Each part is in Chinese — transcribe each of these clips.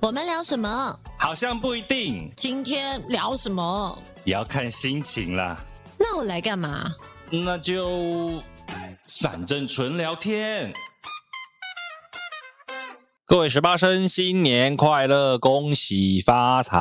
我们聊什么？好像不一定，今天聊什么？也要看心情啦。那我来干嘛？那就反正纯聊天。各位十八生，新年快乐，恭喜发财！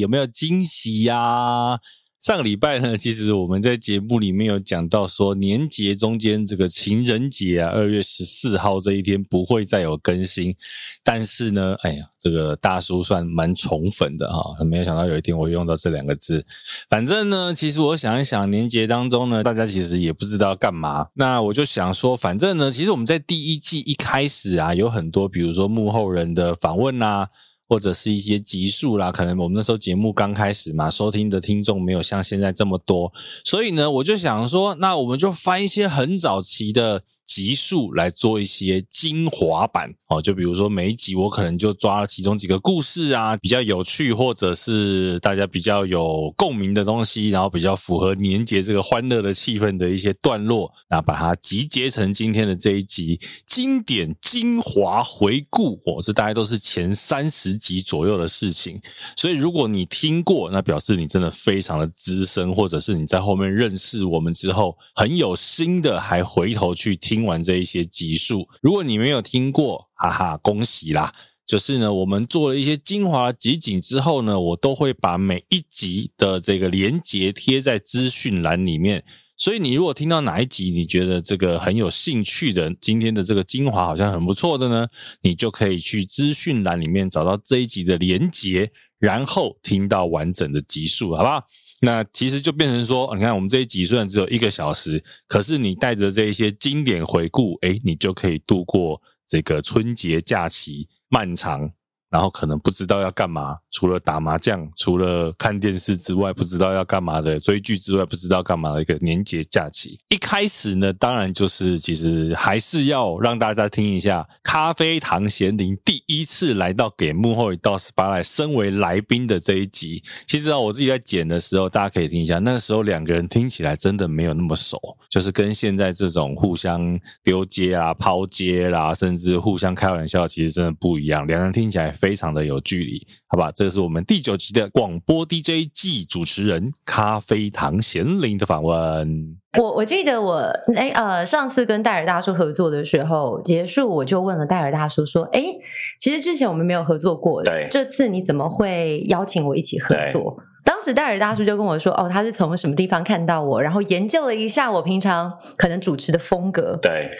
有没有惊喜呀、上个礼拜呢，其实我们在节目里面有讲到说，年节中间这个情人节啊，二月十四号这一天不会再有更新。但是呢，哎呀，这个大叔算蛮宠粉的哈、没有想到有一天我会用到这两个字。反正呢，其实我想一想，年节当中呢，大家其实也不知道干嘛。那我就想说，反正呢，其实我们在第一季一开始啊，有很多比如说幕后人的访问啦、或者是一些集数啦，可能我们那时候节目刚开始嘛，收听的听众没有像现在这么多，所以呢，我就想说，那我们就翻一些很早期的集数来做一些精华版哦，就比如说每一集我可能就抓了其中几个故事啊，比较有趣或者是大家比较有共鸣的东西，然后比较符合年节这个欢乐的气氛的一些段落，那把它集结成今天的这一集经典精华回顾哦，这大概都是前三十集左右的事情。所以如果你听过，那表示你真的非常的资深，或者是你在后面认识我们之后很有心的，还回头去听完这一些集数。如果你没有听过，哈哈，恭喜啦！就是呢，我们做了一些精华集锦之后呢，我都会把每一集的这个连接贴在资讯栏里面。所以你如果听到哪一集，你觉得这个很有兴趣的，今天的这个精华好像很不错的呢，你就可以去资讯栏里面找到这一集的连接，然后听到完整的集数，好不好？那其实就变成说，你看我们这一集虽然只有一个小时，可是你带着这一些经典回顾，诶，你就可以度过这个春节假期漫长，然后可能不知道要干嘛，除了打麻将、除了看电视之外，不知道要干嘛的追剧之外，不知道干嘛的一个年节假期。一开始呢，当然就是其实还是要让大家听一下咖啡糖贤玲第一次来到给幕后一道 spotlight，身为来宾的这一集。其实啊，我自己在剪的时候，大家可以听一下，那时候两个人听起来真的没有那么熟，就是跟现在这种互相丢接啊、抛接啦、甚至互相开玩笑，其实真的不一样。两人听起来非常的有距离，好吧？这是我们第九集的广播 DJ 暨主持人咖啡糖贤玲的访问。我我记得我哎呃，上次跟戴尔大叔合作的时候，结束我就问了戴尔大叔说：“哎，其实之前我们没有合作过，对这次你怎么会邀请我一起合作？”当时戴尔大叔就跟我说：“哦，他是从什么地方看到我，然后研究了一下我平常可能主持的风格。对，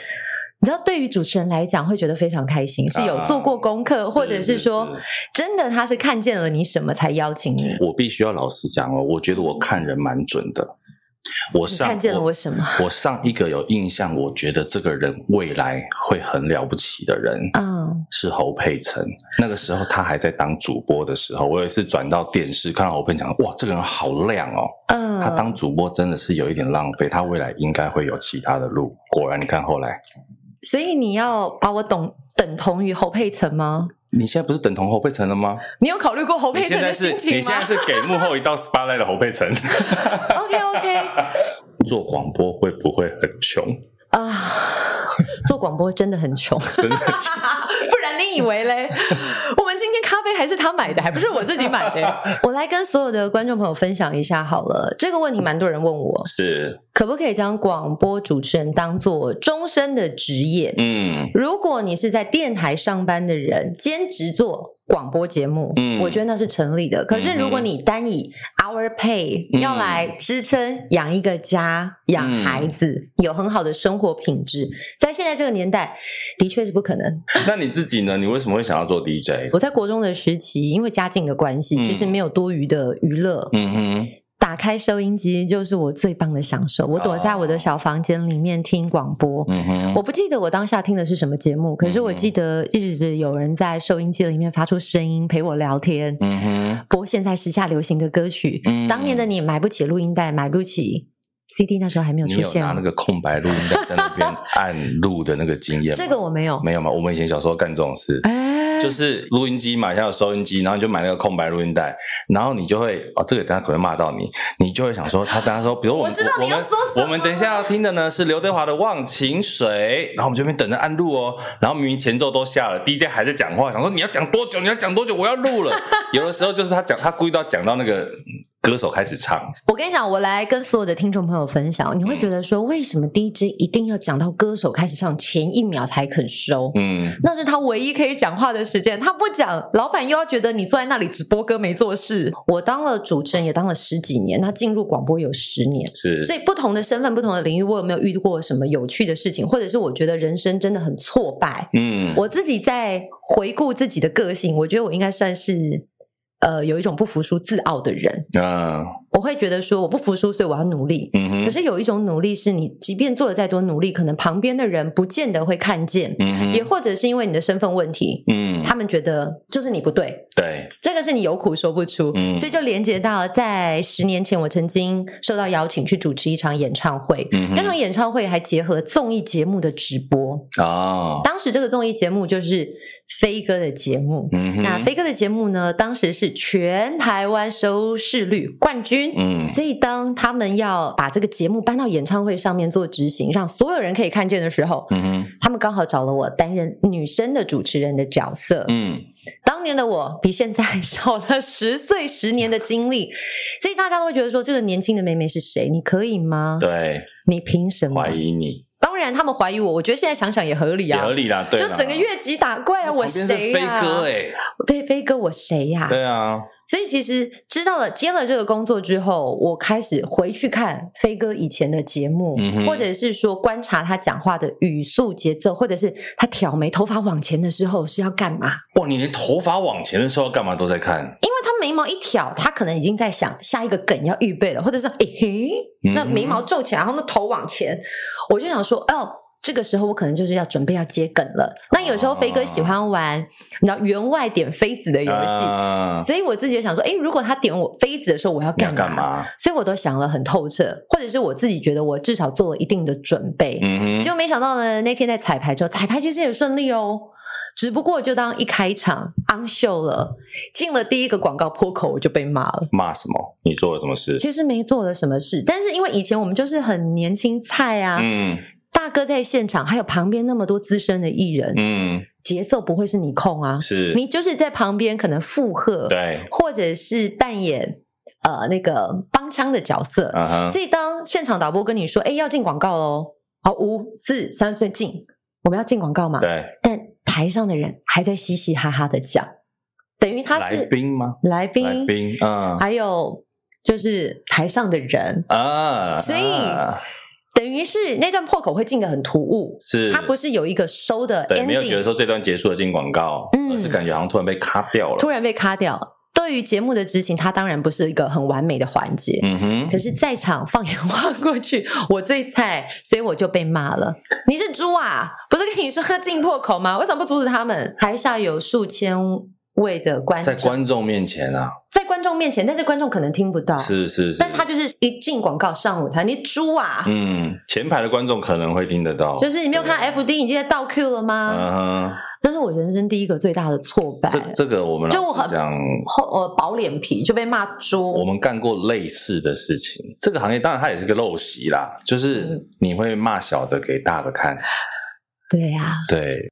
你知道，对于主持人来讲，会觉得非常开心，是有做过功课，或者啊是说真的他是看见了你什么才邀请你。我必须要老实讲哦，我觉得我看人蛮准的。我你上看见了我什么？我上一个有印象，我觉得这个人未来会很了不起的人。嗯，是侯佩岑，那个时候他还在当主播的时候，我有一次转到电视看到侯佩岑，哇，这个人好亮哦！嗯，他当主播真的是有一点浪费，他未来应该会有其他的路。果然，你看后来，所以你要把我等等同于侯佩岑吗？你现在不是等同侯佩岑了吗？你有考虑过侯你佩岑现在的是心你情现吗在是给幕后一道 spotlight 的侯佩 岑。 ？OK OK 做广播会不会很穷？啊， 做广播真的很穷， 真的 不然你以为 嘞？我们今天咖啡还是他买的，还不是我自己买 的。我来跟所有的观众朋友分享一下好了，这个问题蛮多人问我，是，可不可以将广播主持人当做终身的职业？嗯如果你是在电台上班的人，兼职做广播节目，嗯我觉得那是成立的。可是嗯哼如果你单以 our pay、嗯要来支撑养一个家、养孩子，嗯有很好的生活品质，在现在这个年代，的确是不可能。那你自己呢？你为什么会想要做 DJ？我在国中的时期，因为家境的关系，嗯其实没有多余的娱乐，嗯哼，打开收音机就是我最棒的享受。我躲在哦我的小房间里面听广播，嗯哼，我不记得我当下听的是什么节目，可是我记得一直有人在收音机里面发出声音陪我聊天，嗯哼，播现在时下流行的歌曲。嗯当年的你买不起录音带，买不起 CD 那时候还没有你出有现啊拿吗，那个空白录音带在那 边按录的那个经验吗？这个我没有，没有吗？我们以前小时候干这种事，哎，就是录音机嘛，现在有收音机，然后你就买那个空白录音带，然后你就会哦，这个等下可能会骂到你，你就会想说，他等下说，比如我们我知道你要说我什们我么们等一下要听的呢是刘德华的《忘情水》，然后我们这边等着按录哦，然后明明前奏都下了，DJ 还在讲话，想说你要讲多久，你要讲多久，我要录了。 有的时候就是他讲，他故意到讲到那个歌手开始唱，我跟你讲，我来跟所有的听众朋友分享，嗯你会觉得说，为什么 DJ 一定要讲到歌手开始唱前一秒才肯收？嗯，那是他唯一可以讲话的时间，他不讲，老板又要觉得你坐在那里只播歌没做事。我当了主持人也当了十几年，那进入广播有十年，是所以不同的身份、不同的领域，我有没有遇过什么有趣的事情，或者是我觉得人生真的很挫败？嗯，我自己在回顾自己的个性，我觉得我应该算是呃有一种不服输、自傲的人。啊嗯我会觉得说我不服输，所以我要努力。嗯可哼，是有一种努力是你即便做了再多努力，可能旁边的人不见得会看见，嗯哼也或者是因为你的身份问题，嗯，他们觉得就是你不对，对，这个是你有苦说不出，嗯所以就连接到在十年前，我曾经受到邀请去主持一场演唱会，嗯哼那场演唱会还结合综艺节目的直播。啊哦，当时这个综艺节目就是飞哥的节目，嗯哼，那飞哥的节目呢，当时是全台湾收视率冠军。嗯所以，当他们要把这个节目搬到演唱会上面做执行，让所有人可以看见的时候，嗯哼，他们刚好找了我担任女生的主持人的角色。嗯。当年的我比现在 少了十岁十年的经历，所以大家都会觉得说，这个年轻的妹妹是谁？你可以吗？对，你凭什么怀？疑你当然，他们怀疑我，我觉得现在想想也合理也啊，合理啦，对啦，就整个越级打怪啊，我旁边是谁飞呀、哥哎、对飞哥，我谁呀、对啊，所以其实知道了接了这个工作之后，我开始回去看飞哥以前的节目，嗯哼或者是说观察他讲话的语速、节奏，或者是他挑眉、头发往前的时候是要干嘛？哇，你连头发往前的时候要干嘛都在看，因为他眉毛一挑，他可能已经在想下一个梗要预备了，或者是诶嘿，嗯那眉毛皱起来，然后那头往前，我就想说，哦。这个时候我可能就是要准备要接梗了。那有时候飞哥喜欢玩，你知道员外点妃子的游戏，啊、所以我自己也想说，诶，如果他点我妃子的时候，我要你要干干嘛？嘛？所以我都想了很透彻，或者是我自己觉得我至少做了一定的准备。嗯结哼，果没想到呢，那天在彩排之后，彩排其实也顺利哦。只不过就当一开场 on 秀了，进了第一个广告破口，我就被骂了。骂什么？你做了什么事？其实没做了什么事，但是因为以前我们就是很年轻菜啊，嗯大哥在现场，还有旁边那么多资深的艺人，嗯，节奏不会是你控啊，是，你就是在旁边可能附和，对，或者是扮演呃那个帮腔的角色，嗯哼，所以当现场导播跟你说：“哎，要进广告喽！”好，五、四、三，最进，我们要进广告嘛？对，但台上的人还在嘻嘻哈哈的讲，等于他来是宾吗？来宾，哎来宾，嗯还有就是台上的人，啊，所以啊等于是那段破口会进的很突兀，是他不是有一个收的对，没有觉得 ending，说这段结束了进广告，嗯而是感觉好像突然被卡掉突了。然被卡掉。对于节目的执行，它当然不是一个很完美的环节。嗯哼可，是，在场放眼望过去，我最菜，所以我就被骂了。你是猪啊！不是跟你说要进破口吗？为什么不阻止他们？台下有数千位的观众，在观众面前啊，在观众面前，但是观众可能听不到。是是是，但是他就是一进广告上舞台，你猪啊！嗯，前排的观众可能会听得哦到，就是你没有啊看到 FD 已经在倒 Q 了吗？嗯哼，这是我人生第一个最大的挫败。这这个我们就老很实讲，后我薄脸皮就被骂我猪，们干过类似的事情。这个行业当然它也是个陋习啦，就是嗯你会骂小的给大的看，对啊呀、对，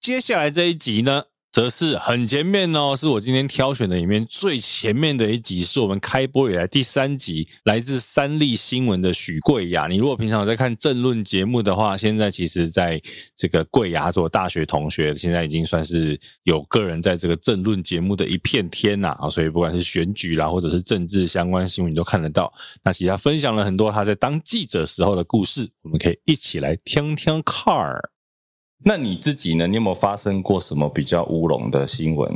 接下来这一集呢，则是很前面哦，是我今天挑选的里面最前面的一集，是我们开播以来第三集，来自三立新闻的许桂雅。你如果平常有在看政论节目的话，现在其实在这个桂雅做大学同学，现在已经算是有个人在这个政论节目的一片天呐、啊，所以不管是选举啦，或者是政治相关新闻，你都看得到。那其实他分享了很多他在当记者时候的故事，我们可以一起来听听看儿。那你自己呢？你有没有发生过什么比较乌龙的新闻？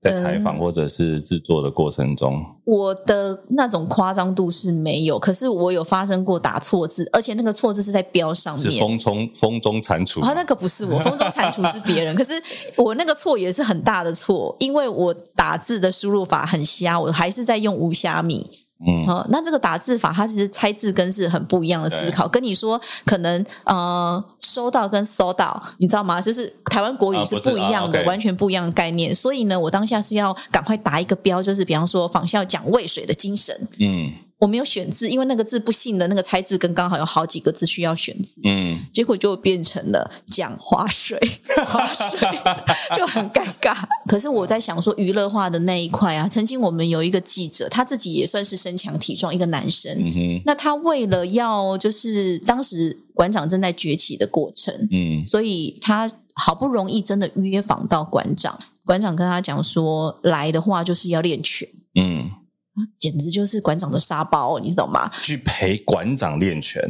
在呃采访嗯或者是制作的过程中，我的那种夸张度是没有，可是我有发生过打错字，而且那个错字是在标上是面。风中风中蟾蜍啊，那个不是我，风中蟾蜍是 别人。可是我那个错也是很大的错，因为我打字的输入法很瞎，我还是在用无虾米。嗯，好、那这个打字法它其实拆字根是很不一样的思考，跟你说可能呃收到跟搜到，你知道吗？就是台湾国啊语是不是不一样的，啊，OK 完全不一样的概念。所以呢，我当下是要赶快打一个标，就是比方说仿效讲渭水的精神，嗯我没有选字，因为那个字不幸的那个拆字根刚好有好几个字需要选字。嗯，结果就变成了讲划 水，划水就很尴尬。可是我在想说娱乐化的那一块啊，曾经我们有一个记者，他自己也算是身强体壮一个男生，嗯哼，那他为了要就是当时馆长正在崛起的过程，嗯所以他好不容易真的约访到馆长，馆长跟他讲说来的话就是要练拳。嗯，简直就是馆长的沙包，你懂吗？去陪馆长练拳，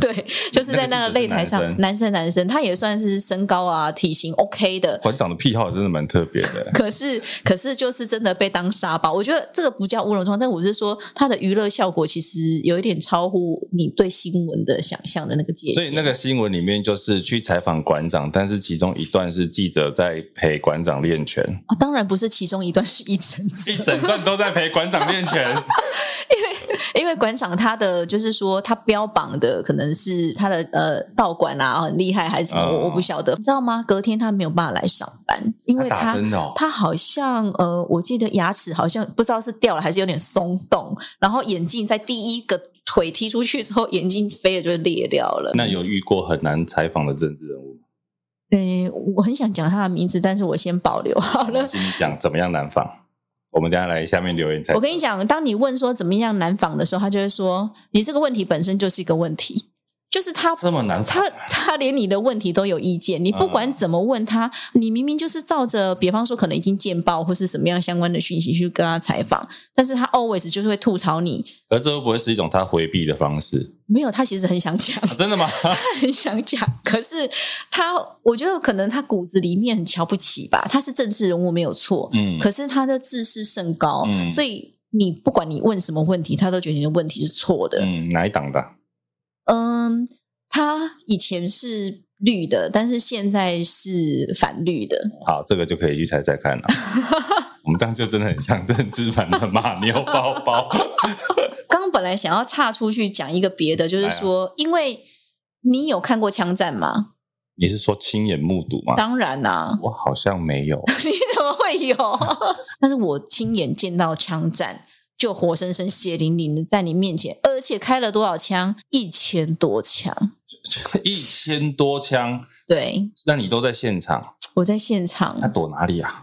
对，就是在那那个个记者是擂台男生上，男生男生，他也算是身高啊、体型 OK 的，馆长的癖好真的蛮特别 的。可是可是就是真的被当沙包。我觉得这个不叫乌龙窗，但我是说它的娱乐效果其实有一点超乎你对新闻的想象的那个界限。所以那个新闻里面就是去采访馆长，但是其中一段是记者在陪馆长练拳，哦、当然不是其中一段是一整集一整段都在陪馆长练拳。 因为馆长他的就是说他标榜的可能是他的呃道馆啊很厉害还是什么，哦我我不晓得，你知道吗？隔天他没有办法来上班，因为他打他针的哦他好像呃，我记得牙齿好像不知道是掉了还是有点松动，然后眼镜在第一个腿踢出去之后，眼镜飞了就裂掉了。那有遇过很难采访的政治人物吗？对，我很想讲他的名字，但是我先保留好了。请你讲怎么样难访？我们等一下来下面留言采我跟你讲，当你问说怎么样难访的时候，他就会说你这个问题本身就是一个问题，就是他这么难访他他连你的问题都有意见，你不管怎么问他，你明明就是照着，比方说可能已经见报或是什么样相关的讯息去跟他采访，但是他 always 就是会吐槽你，而这会不会是一种他回避的方式？没有，他其实很想讲，啊真 的吗？很想讲，可是他，我觉得可能他骨子里面很瞧不起吧，他是政治人物没有错，嗯可是他的自视甚高，嗯所以你不管你问什么问题，他都觉得你的问题是错的，嗯，哪一档的？嗯，他以前是绿的，但是现在是反绿的。好，这个就可以去猜猜 看了。我们这样就真的很像政治版的马牛包包。刚刚本来想要岔出去讲一个别的，哎就是说，因为你有看过枪战吗？你是说亲眼目睹吗？当然啊啦、我好像没有。 你怎么会有？但是我亲眼见到枪战，就活生生血淋淋的在你面前，而且开了多少枪？一千多枪。 一千多枪，对，那你都在现场？我在现场他，躲哪里啊？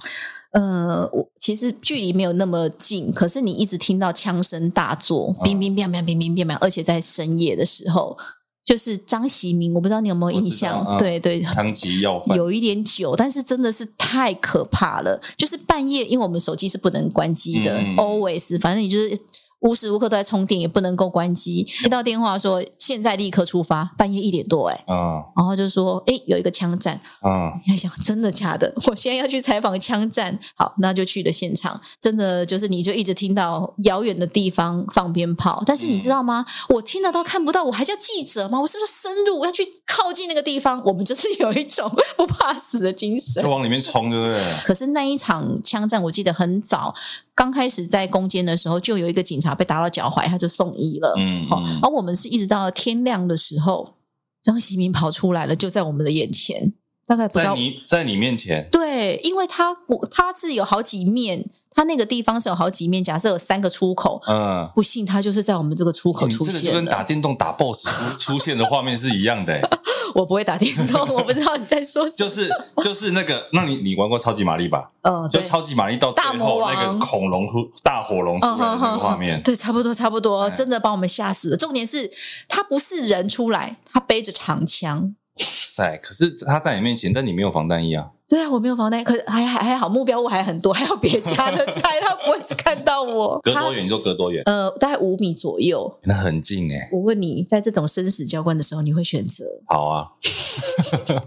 呃，我其实距离没有那么近，可是你一直听到枪声大作，乒乒乓乓，乒乒乓乓，而且在深夜的时候，就是张喜明，我不知道你有啊没有印象我知道？嗯对对，枪击要犯。有一点久，但是真的是太可怕了。就是半夜，因为我们手机是不能关机的、嗯 a l w a y s 反正你就是无时无刻都在充电，也不能够关机。接到电话说现在立刻出发，半夜一点多哎、嗯然后就说哎、有一个枪战，嗯， 你还想真的假的？我现在要去采访枪战，好，那就去了现场。真的就是，你就一直听到遥远的地方放鞭炮，但是你嗯知道吗？我听得到看不到，我还叫记者吗？我是不是深入？我要去靠近那个地方？我们就是有一种 不怕死的精神就。往里面冲，对不对？可是那一场枪战，我记得很早刚开始在攻坚的时候，就有一个警察被打到脚踝，他就送医了。嗯好、嗯而我们是一直到天亮的时候，张喜明跑出来了，就在我们的眼前，大概不在到你在你面前，对，因为它我它是有好几面，它那个地方是有好几面。假设有三个出口，嗯，不信它就是在我们这个出哦口你出这个就现跟的。打电动打 BOSS 出出现的画面是一样的、欸，我不会打电动，我不知道你在说什么。就是就是那 个，那你你玩过超级玛丽吧？嗯，就对。超级玛丽到最大魔后王那个恐龙出大火龙出来嗯的哼那个哼画哼，面，对，差不多差不多，哎真的把我们吓死了。重点是，他不是人出来，他背着长枪。塞！可是他在你面前，但你没有防弹衣啊，对啊，我没有防弹，可是还还还好，目标物还很多，还有别家的菜， 他不会只看到我。隔多远？你说隔多远？哦他？呃，大概五米左右。那很近哎、欸，我问你，在这种生死交关的时候，你会选择好 啊，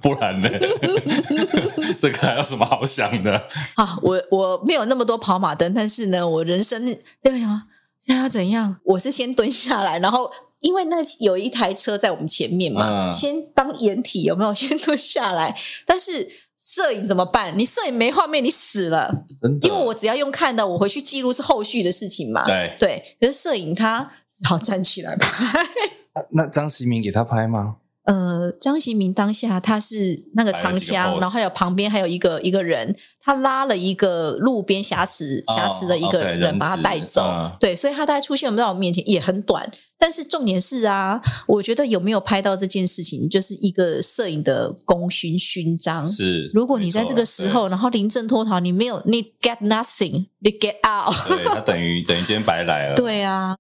不然呢？这个还有什么好想的？ 啊，我我没有那么多跑马灯，但是呢，我人生对呀，现在要怎样？我是先蹲下来，然后因为那有一台车在我们前面嘛，嗯 先当掩体有没有？先蹲下来，但是摄影怎么办？你摄影没画面，你死了。真的，因为我只要用看的，我回去记录是后续的事情嘛。对对，可是摄影它好站起来吧。那张习明给他拍吗？呃，张习明当下他是那个摆了长几个枪， pose 然后还有旁边还有一个一个人，他拉了一个路边挟持挟持的一哦个，OK，人，人把他质带走。嗯对，所以他大概出现我们在我面前也很短，但是重点是啊，我觉得有没有拍到这件事情，就是一个摄影的功勋勋章。是，如果你没在错这个时，候，然后临阵脱逃，你没有，你 get nothing，你 get out。对对他等于等于今天白来了。 对啊，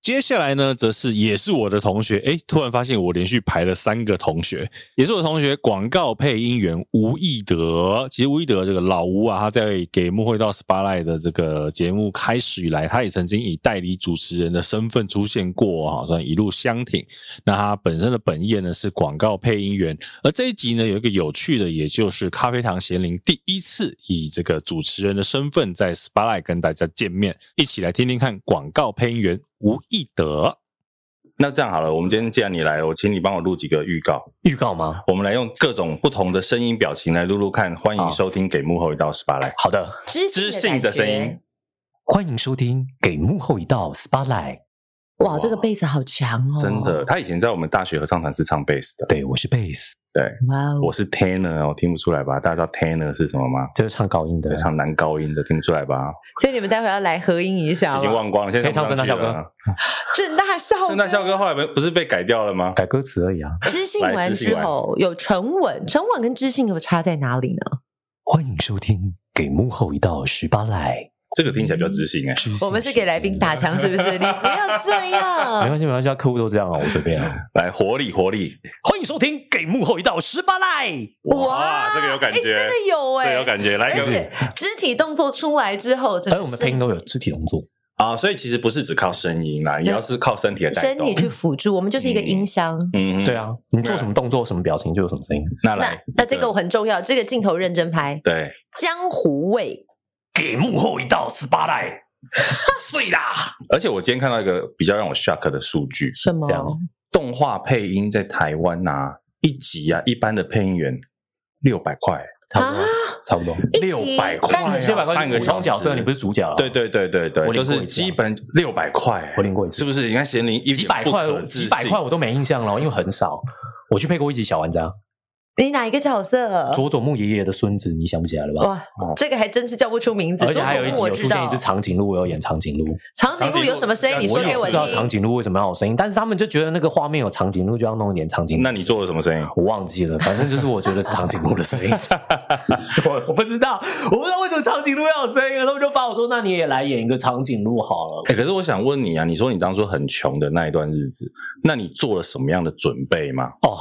接下来呢，则是也是我的同学，诶，突然发现我连续排了三个同学，也是我的同学，广告配音员吴义德。其实吴义德这个老吴啊，他在给幕会到 Spotlight 的这个节目开始以来，他也曾经以代理主持人的身份出现过，啊好像一路相挺。那他本身的本业呢是广告配音员，而这一集呢有一个有趣的，也就是咖啡堂贤玲第一次以这个主持人的身份在 Spotlight 跟大家见面，一起来听听看广告配音员吴义德那这样好了，我们今天既然你来了，我请你帮我录几个预告，预告吗？我们来用各种不同的声音表情来录录看。欢迎好收听《给幕后一道十八来》，好的，知知性感的觉声音。欢迎收听《给幕后一道 Spotlight》。哇，这个贝斯好强哦！真的，，他以前在我们大学合唱团是唱贝斯的，对，我是 Bass，对，哇哦！我是 tenor，哦，听不出来吧？大家知道 tenor 是什么吗？这是唱高音的对，。唱男高音的，听不出来吧？所以你们待会要来合音一下已经吗？忘光了，现在可以唱不上去郑大校了。 正大校郑大校歌后来不不是被改掉了吗？改歌词而已啊！知性完之后有沉稳，沉稳跟知性有差在哪里呢？欢迎收听《给幕后一道十八来这个听起来比较知性哎》。。知性我们是给来宾打时枪，是不是？你不要这嗯 间，没样。关系，没关系，客户都这样啊，我随便啊。来，活力活力，欢迎收听《给幕后一道十八来》。哇，这个有感哎觉，真的有哎、对，有感觉。来一而个且肢体动作出来之后，真哎，的我们是配音都有肢体动作，啊，所以其实不是只靠声音啦，也要是靠身体的带身动。体去辅助，我们就是一个音箱。嗯，嗯对。啊，你做什么动作、什么表情就有什么声音。那那来，那这个我很重要，这个镜头认真拍，对，江湖味给幕后一道 spotlight，碎啦！而且我今天看到一个比较让我 shock 的数据，什么这？样动画配音在台湾啊，一集啊，一般的配音员六百块，差不多，差不多。啊一集600块但啊你六百块半个是小时普通角色，你不是主角啊。对对对对对，我领就过一次啊是基本六百块，我领过一次是不是？你看贤玲一几脸百不块可，置几百信块我都没印象了，因为很少。我去配过一集小玩家，啊你哪一个角色？佐佐木爷爷的孙子，你想不起来了吧？哦哇，这个还真是叫不出名字。而且还有一集我有知出现道一只长颈鹿，我有演长颈鹿。长颈鹿有什么声音？长你颈说鹿我给也我不知道长听。颈鹿为什么要有声音，但是他们就觉得那个画面有长颈鹿就要弄一点长颈鹿那。你做了什么声音？我忘记了，反正就是我觉得是长颈鹿的 声音，我我不知道，我不知道为什么长颈鹿要有声音，他们就发我说，那你也来演一个长颈鹿好了。哎、可是我想问你啊，你说你当初很穷的那一段日子，那你做了什么样的准备吗？哦，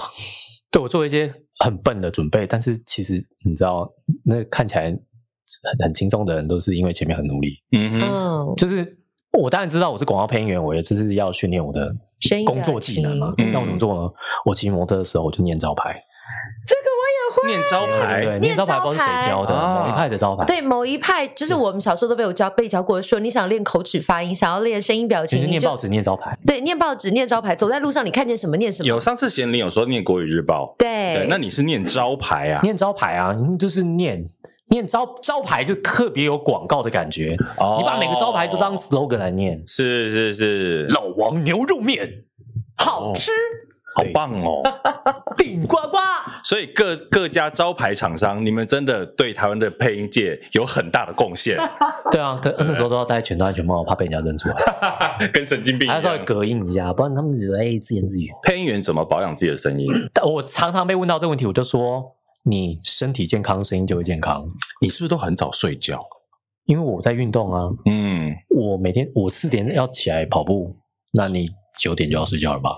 对我做一些很笨的准备，但是其实你知道，那看起来很很轻松的人，都是因为前面很努力。嗯哼，嗯，就是我当然知道我是广告配音员，我也就是要训练我的声音工作技能嘛表。情那我怎么做呢？我骑摩托车的时候我就念招牌，念招对对牌对，念念招招牌牌不知道是谁教的，啊某一派的招牌。对，某一派就是我们小时候都被我教被教过，说你想练口齿发音，想要练声音表 其情，实你念就报纸、念招牌，对，念报纸、念招牌，走在路上你看见什么念什么。有上次贤玲有说念国语日报，对，那你是念招牌啊？ 念招牌啊，嗯就是念念招招牌，就特别有广告的感觉。哦你把每个招牌都当 slogan 来念，是是是，哦老王牛肉面好吃，好棒 哦！顶嗯呱呱。所以各各家招牌厂商，你们真的对台湾的配音界有很大的贡献， 对啊，可那时候都要戴全套安全帽，怕被人家认出来， 跟神经病一还要稍微样。隔音一下，不然他们只会哎自言自语。配音员怎么保养自己的声音？但我常常被问到这个问题，我就说你身体健康，声音就会健康。你是不是都很早睡觉？因为我在运动啊，嗯，我每天我四点要起来跑步，那你九点就要睡觉了吧？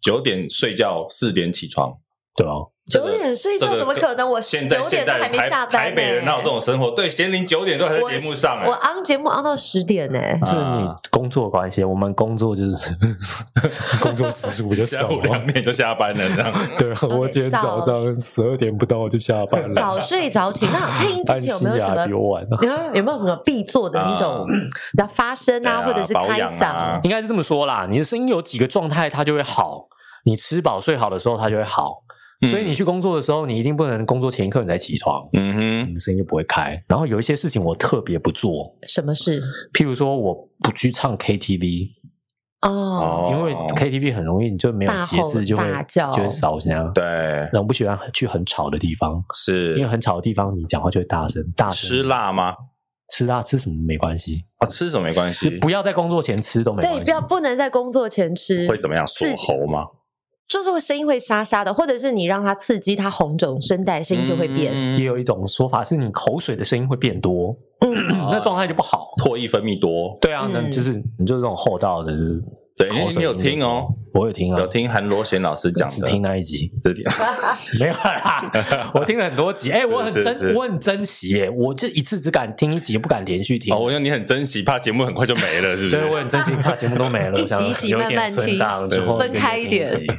九点睡觉，四点起床。对啊，这九个点睡这觉个怎么可能？我现在九点都现在还没台下班台北人哪有这种生活？对，贤玲九点都还在我节目上、我欸，昂节目昂到十点呢、啊就是你工作关系，我们工作就是 工作时数就下少午两啊。点就下班了，这样对啊， OK，我今天早上十二点不到我就下 班了，早睡早起。那配音之啊安前有心没有什呀，比么？我晚啊。有没有什么必做的那种，那发声啊，啊对啊或者是保开养嗓？啊应该是这么说啦，你的声音有几个状态，它就会好。你吃饱睡好的时候，它就会好。嗯所以你去工作的时候，你一定不能工作前一刻你才起床，嗯哼，你声音就不会开。然后有一些事情我特别不做，什么事？譬如说我不去唱 KTV，哦，因为 KTV 很容易你就没有大节吼制，就会大叫就会扫人家。对然后不喜欢去很吵的地方，是因为很吵的地方你讲话就会大声，大声吃辣吗？吃辣吃什么没关系，啊，吃什么没关就系，不要在工作前吃都没对，关不系要。不能在工作前吃，会怎么样锁刺激喉吗？就是会声音会沙沙的，或者是你让它刺激它红肿，声带声音就会变。也嗯，有一种说法是你口水的声音会变多，嗯， 那状态就不好。唾液分泌多。对啊，嗯那就是你就是这种厚道的，就是对口水你有音就听哦多，我有听啊，有听韩罗贤老师讲只的，听那一集，只 听 没有啦，我听了很多集，哎，是我很是珍是我很珍惜耶，我这一次只敢听一集，不敢连续听啊哦，。我用你很珍惜，怕节目很快就没了，是不对，我是？很珍惜，怕节目都没 了，一集我想一集有慢慢点存档之听后分开一点就听集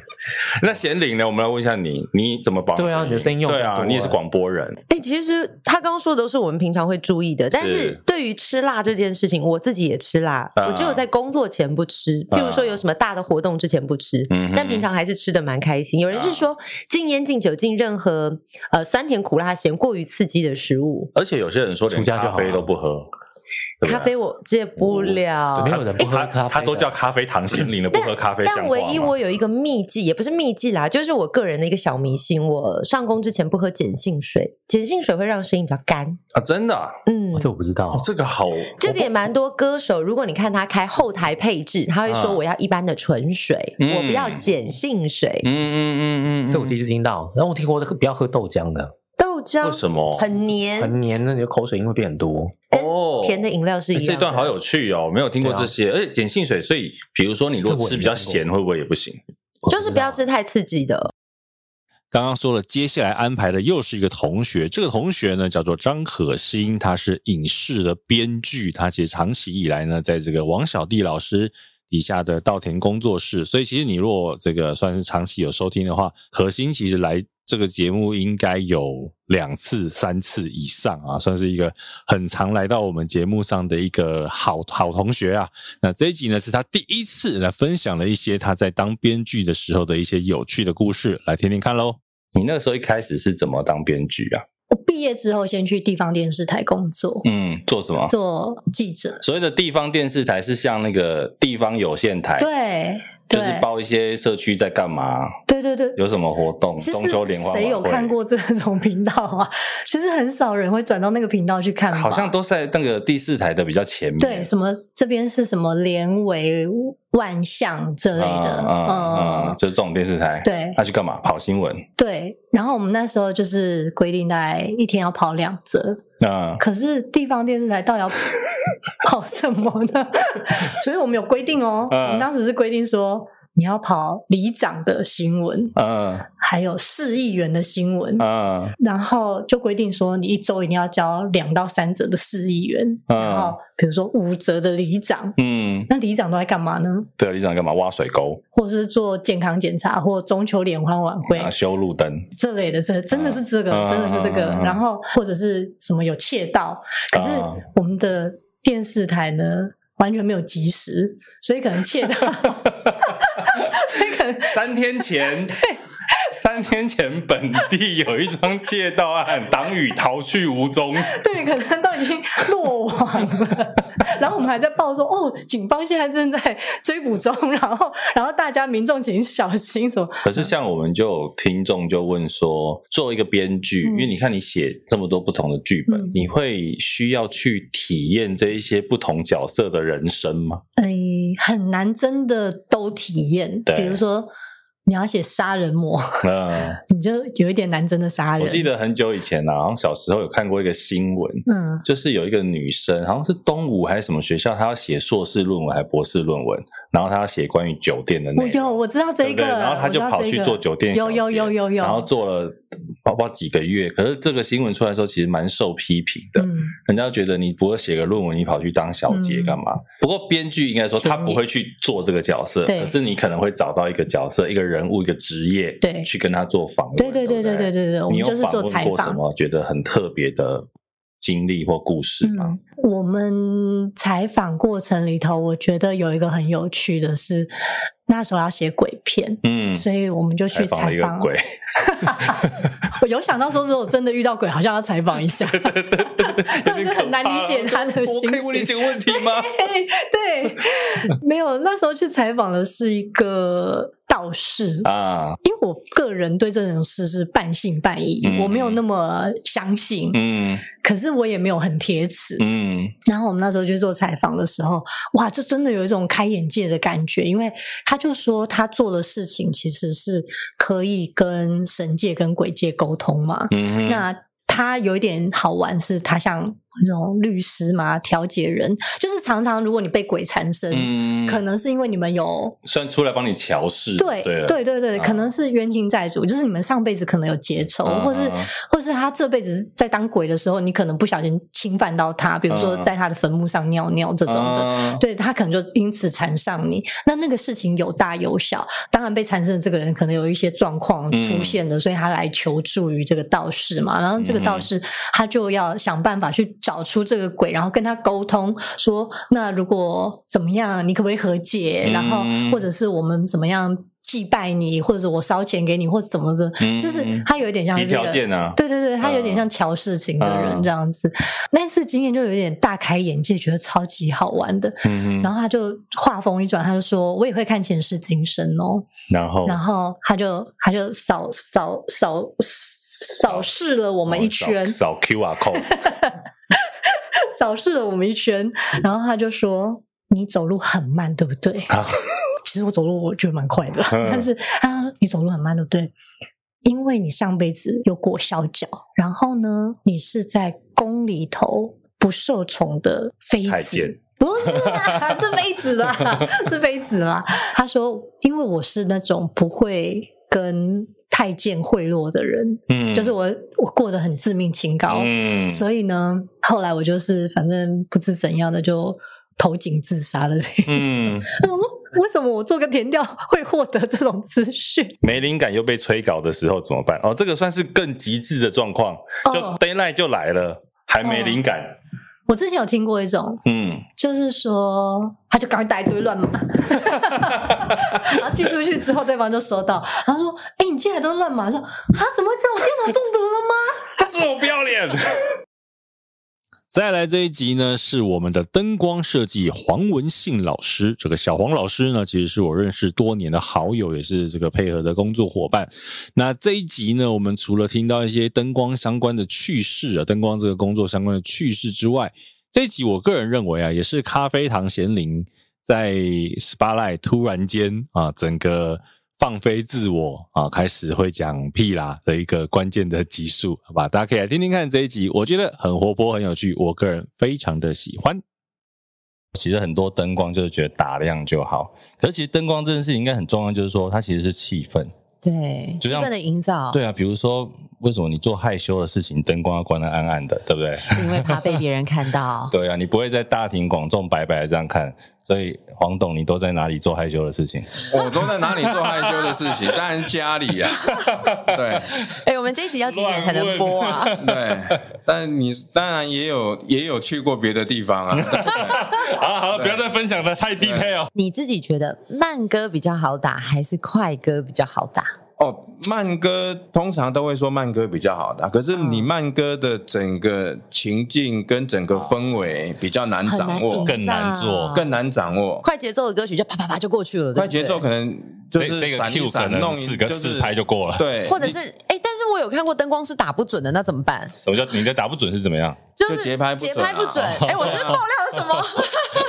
那贤玲呢？我们来问一下你，你怎么保养？对啊你的声音用对很啊，多你也是哎广播人，哎、其实他刚说的都是我们平常会注意的，但是对于吃辣这件事情，我自己也吃辣，啊我只有在工作前不吃，啊譬如说有什么大的活动之前不吃，嗯哼啊但平常还是吃的蛮开心。有人是说禁烟、禁酒、禁任何呃酸甜苦辣咸过于刺激的食物，而且有些人说连出家就咖好啡都不喝，对不对啊嗯咖啡我戒不了。啊没有人不喝他咖啡的，他都叫咖啡糖心灵的，不喝咖啡像哎但话唯一吗我有一个秘技，也不是秘技啦，就是我个人的一个小迷信。我上工之前不喝碱性水，碱性水会让声音比较干。啊，真的啊嗯，哦这我不知道哦，，这个好，这个也蛮多歌手，如果你看他开后台配置，他会说嗯我要一般的纯水，嗯我不要碱性水嗯，嗯嗯嗯嗯，这我第一次听到。然后我听过不要喝豆浆的，豆为浆什么？很黏，很黏，那你的口水音会变很多。跟哦甜的饮料是一哎样的。这段好有趣哦，没有听过对啊这些，而且碱性水，所以比如说你如这果我也吃没比较听过咸，会不会也不行？就是不要吃太刺激的。刚刚说了，接下来安排的又是一个同学，这个同学呢叫做张可欣，他是影视的编剧，他其实长期以来呢，在这个王小弟老师底下的稻田工作室，所以其实你如果这个算是长期有收听的话，可欣其实来这个节目应该有两次、三次以上啊，算是一个很常来到我们节目上的一个好好同学啊。那这一集呢，是他第一次来分享了一些他在当编剧的时候的一些有趣的故事，来听听看喽。你那个时候一开始是怎么当编剧啊？我毕业之后先去地方电视台工作，嗯，做什么？哦做记者。所谓的地方电视台是像那个地方有线台，，对，就是对，报一些社区在干嘛，对对对。有什么活动，其中秋联实欢晚会谁有看？过这种频道啊？ 其实很少人会转到那个频道去看吧，好像都在那个第四台的比较前面。对什么这边是什么联维万象之类的，嗯嗯嗯嗯，，就是这种电视台。，对那去干嘛？跑新闻。对。然后我们那时候就是规定，大概一天要跑两折，嗯，可是地方电视台到底要 跑什么呢？ 所以我们有规定哦，嗯我们当时是规定说你要跑里长的新闻，嗯还有市议员的新闻，嗯然后就规定说你一周一定要交两到三则的市议员，嗯然后比如说五则的里长。嗯，那里长都在干嘛呢？对，啊你想干嘛？挖水沟或者是做健康检查，或中秋联欢晚会、啊，修路灯。这类的，这真的是这个，嗯真的是这个。嗯嗯嗯然后或者是什么有窃盗，可是嗯我们的电视台呢完全没有及时，所以可能窃盗，所以可能三天前，三天前本地有一桩窃盗案，党羽逃去无踪。对，可能都已经落网了。然后我们还在报说，哦，警方现在正在追捕中，然后然后大家民众请小心什么。可是像我们就有听众就问说，作为一个编剧，嗯因为你看你写这么多不同的剧本，嗯你会需要去体验这一些不同角色的人生吗？诶，哎很难真的都体验。对比如说，你要写杀人魔，嗯，你就有一点难真的杀人。我记，得很久以前啊，好像小时候有看过一个新闻。嗯，就是有一个女生，好像是东吴还是什么学校，她要写硕士论文还是博士论文，然后她要写关于酒店的内我容。有，我知道这对一不个，对然后他我知就道跑这去个做酒店小有姐，有有有有，然后做了包包几个月。可是这个新闻出来的时候，其实蛮受批评的，嗯，人家觉得你不会写个论文，你跑去当小姐嗯干嘛？不过编剧应该说他田野不会去做这个角色，对可是你可能会找到一个角色、一个人物、一个职业，对去跟他做访问。对对对对对不对对对，我你们有就是访做问采过什访。么觉得很特别的经历或故事吗？嗯，我们采访过程里头，我觉得有一个很有趣的是，那时候要写鬼片，嗯，所以我们就去采访了采一个访。鬼，我有想到说，如果真的遇到鬼，好像要采访一下，有 不然点就可很难怕理解了他的我心可以问你情。几个问题吗？ 对，没有，那时候去采访的是一个道士。啊，因为我个人对这种事是半信半疑，嗯我没有那么相信，嗯可是我也没有很铁齿。嗯然后我们那时候去做采访的时候，哇，就真的有一种开眼界的感觉，因为他就说他做的事情其实是可以跟神界跟鬼界沟通嘛。嗯哼，那他有一点好玩，是他像那种律师嘛，调解人，就是常常如果你被鬼缠身，嗯，可能是因为你们有 算出来帮你调试，对对了对对对啊可能是冤亲债主，就是你们上辈子可能有结仇，嗯或是嗯嗯或是他这辈子在当鬼的时候，你可能不小心侵犯到他，比如说嗯在他的坟墓上尿尿这种的。啊对他可能就因此缠上你，那那个事情有大有小，当然被缠身的这个人可能有一些状况嗯出现的，所以他来求助于这个道士嘛，然后这个嗯道士他就要想办法去找出这个鬼，然后跟他沟通说，那如果怎么样，啊你可不可以和解？嗯然后或者是我们怎么样祭拜你，或者我烧钱给你，或者怎么着，嗯就是他有一点像提是这条个。件啊，对对对，他有点嗯像乔事情的人嗯这样子，那次经验就有点大开眼界，觉得超级好玩的。嗯然哼，后他就话锋一转，他就说：“我也会看前世今生哦。然后然后他就他就扫扫扫扫视了我我们一圈，哦扫扫 QR code，扫视了我们一圈，嗯然后他就说：“你走路很慢，对不对？”啊其实我走路我觉得蛮快的，嗯但是他说：“你走路很慢，对不对？”因为你上辈子有裹小脚，然后呢，你是在宫里头不受宠的妃太子监，不是啦，是妃子 啦，是妃子啦。他说，因为我是那种不会跟太监贿赂的人，嗯，就是我我过得很自命清高，嗯，所以呢，后来我就是反正不知怎样的就投井自杀了。这个嗯， 我想说，为什么我做个填调会获得这种资讯？没灵感又被催稿的时候怎么办？哦，这个算是更极致的状况，就哦 d a y l i g h t 就来了，还没灵感，我之前有听过一种，嗯，就是说，他就赶快打一堆乱码，然后寄出去之后，对方就收到，然后说：“哎、你寄来都是乱码。”说：“啊，怎么会这样？我电脑中毒了吗自我不要脸，再来这一集呢，是我们的灯光设计黄文信老师。这个小黄老师呢，其实是我认识多年的好友，也是这个配合的工作伙伴。那这一集呢，我们除了听到一些灯光相关的趣事啊，灯光这个工作相关的趣事之外，这一集我个人认为啊，也是咖啡堂贤玲在 Spotlight 突然间啊，整个放飞自我啊，开始会讲屁啦的一个关键的集数，好吧？大家可以来听听看这一集，我觉得很活泼，很有趣，我个人非常的喜欢。其实很多灯光就是觉得打亮就好，可是其实灯光这件事情应该很重要，就是说它其实是气氛。对，就气像氛的营造，对啊，比如说为什么你做害羞的事情，灯光要关得暗暗的，对不对？。因为怕被别人看到 对啊，你不会在大庭广众白白的这样看。所以黄董，你都在哪里做害羞的事情？ 我都在哪里做害羞的事情？当然是家 里啊，对哎，我们这一集要几点才能播啊？对，但你当然也有也有去过别的地方 啊，好了好了，不要再分享的太哦 detail。你自己觉得慢歌比较好打，还是快歌比较好打？哦，慢歌通常都会说慢歌比较好的，啊可是你慢歌的整个情境跟整个氛围比较难很掌难握营，更难造做更难掌握。快节奏的歌曲就啪啪啪就过去了，对不对快节奏可能就这是这个闪一 Q 可闪能弄四一个就是四拍就过了。对， 或者是哎，但是我有看过灯光是打不准的，那怎么办？什么叫你的打不准是怎么样？就是就节拍不准啊节拍不准。哎，我是不是爆料了什么？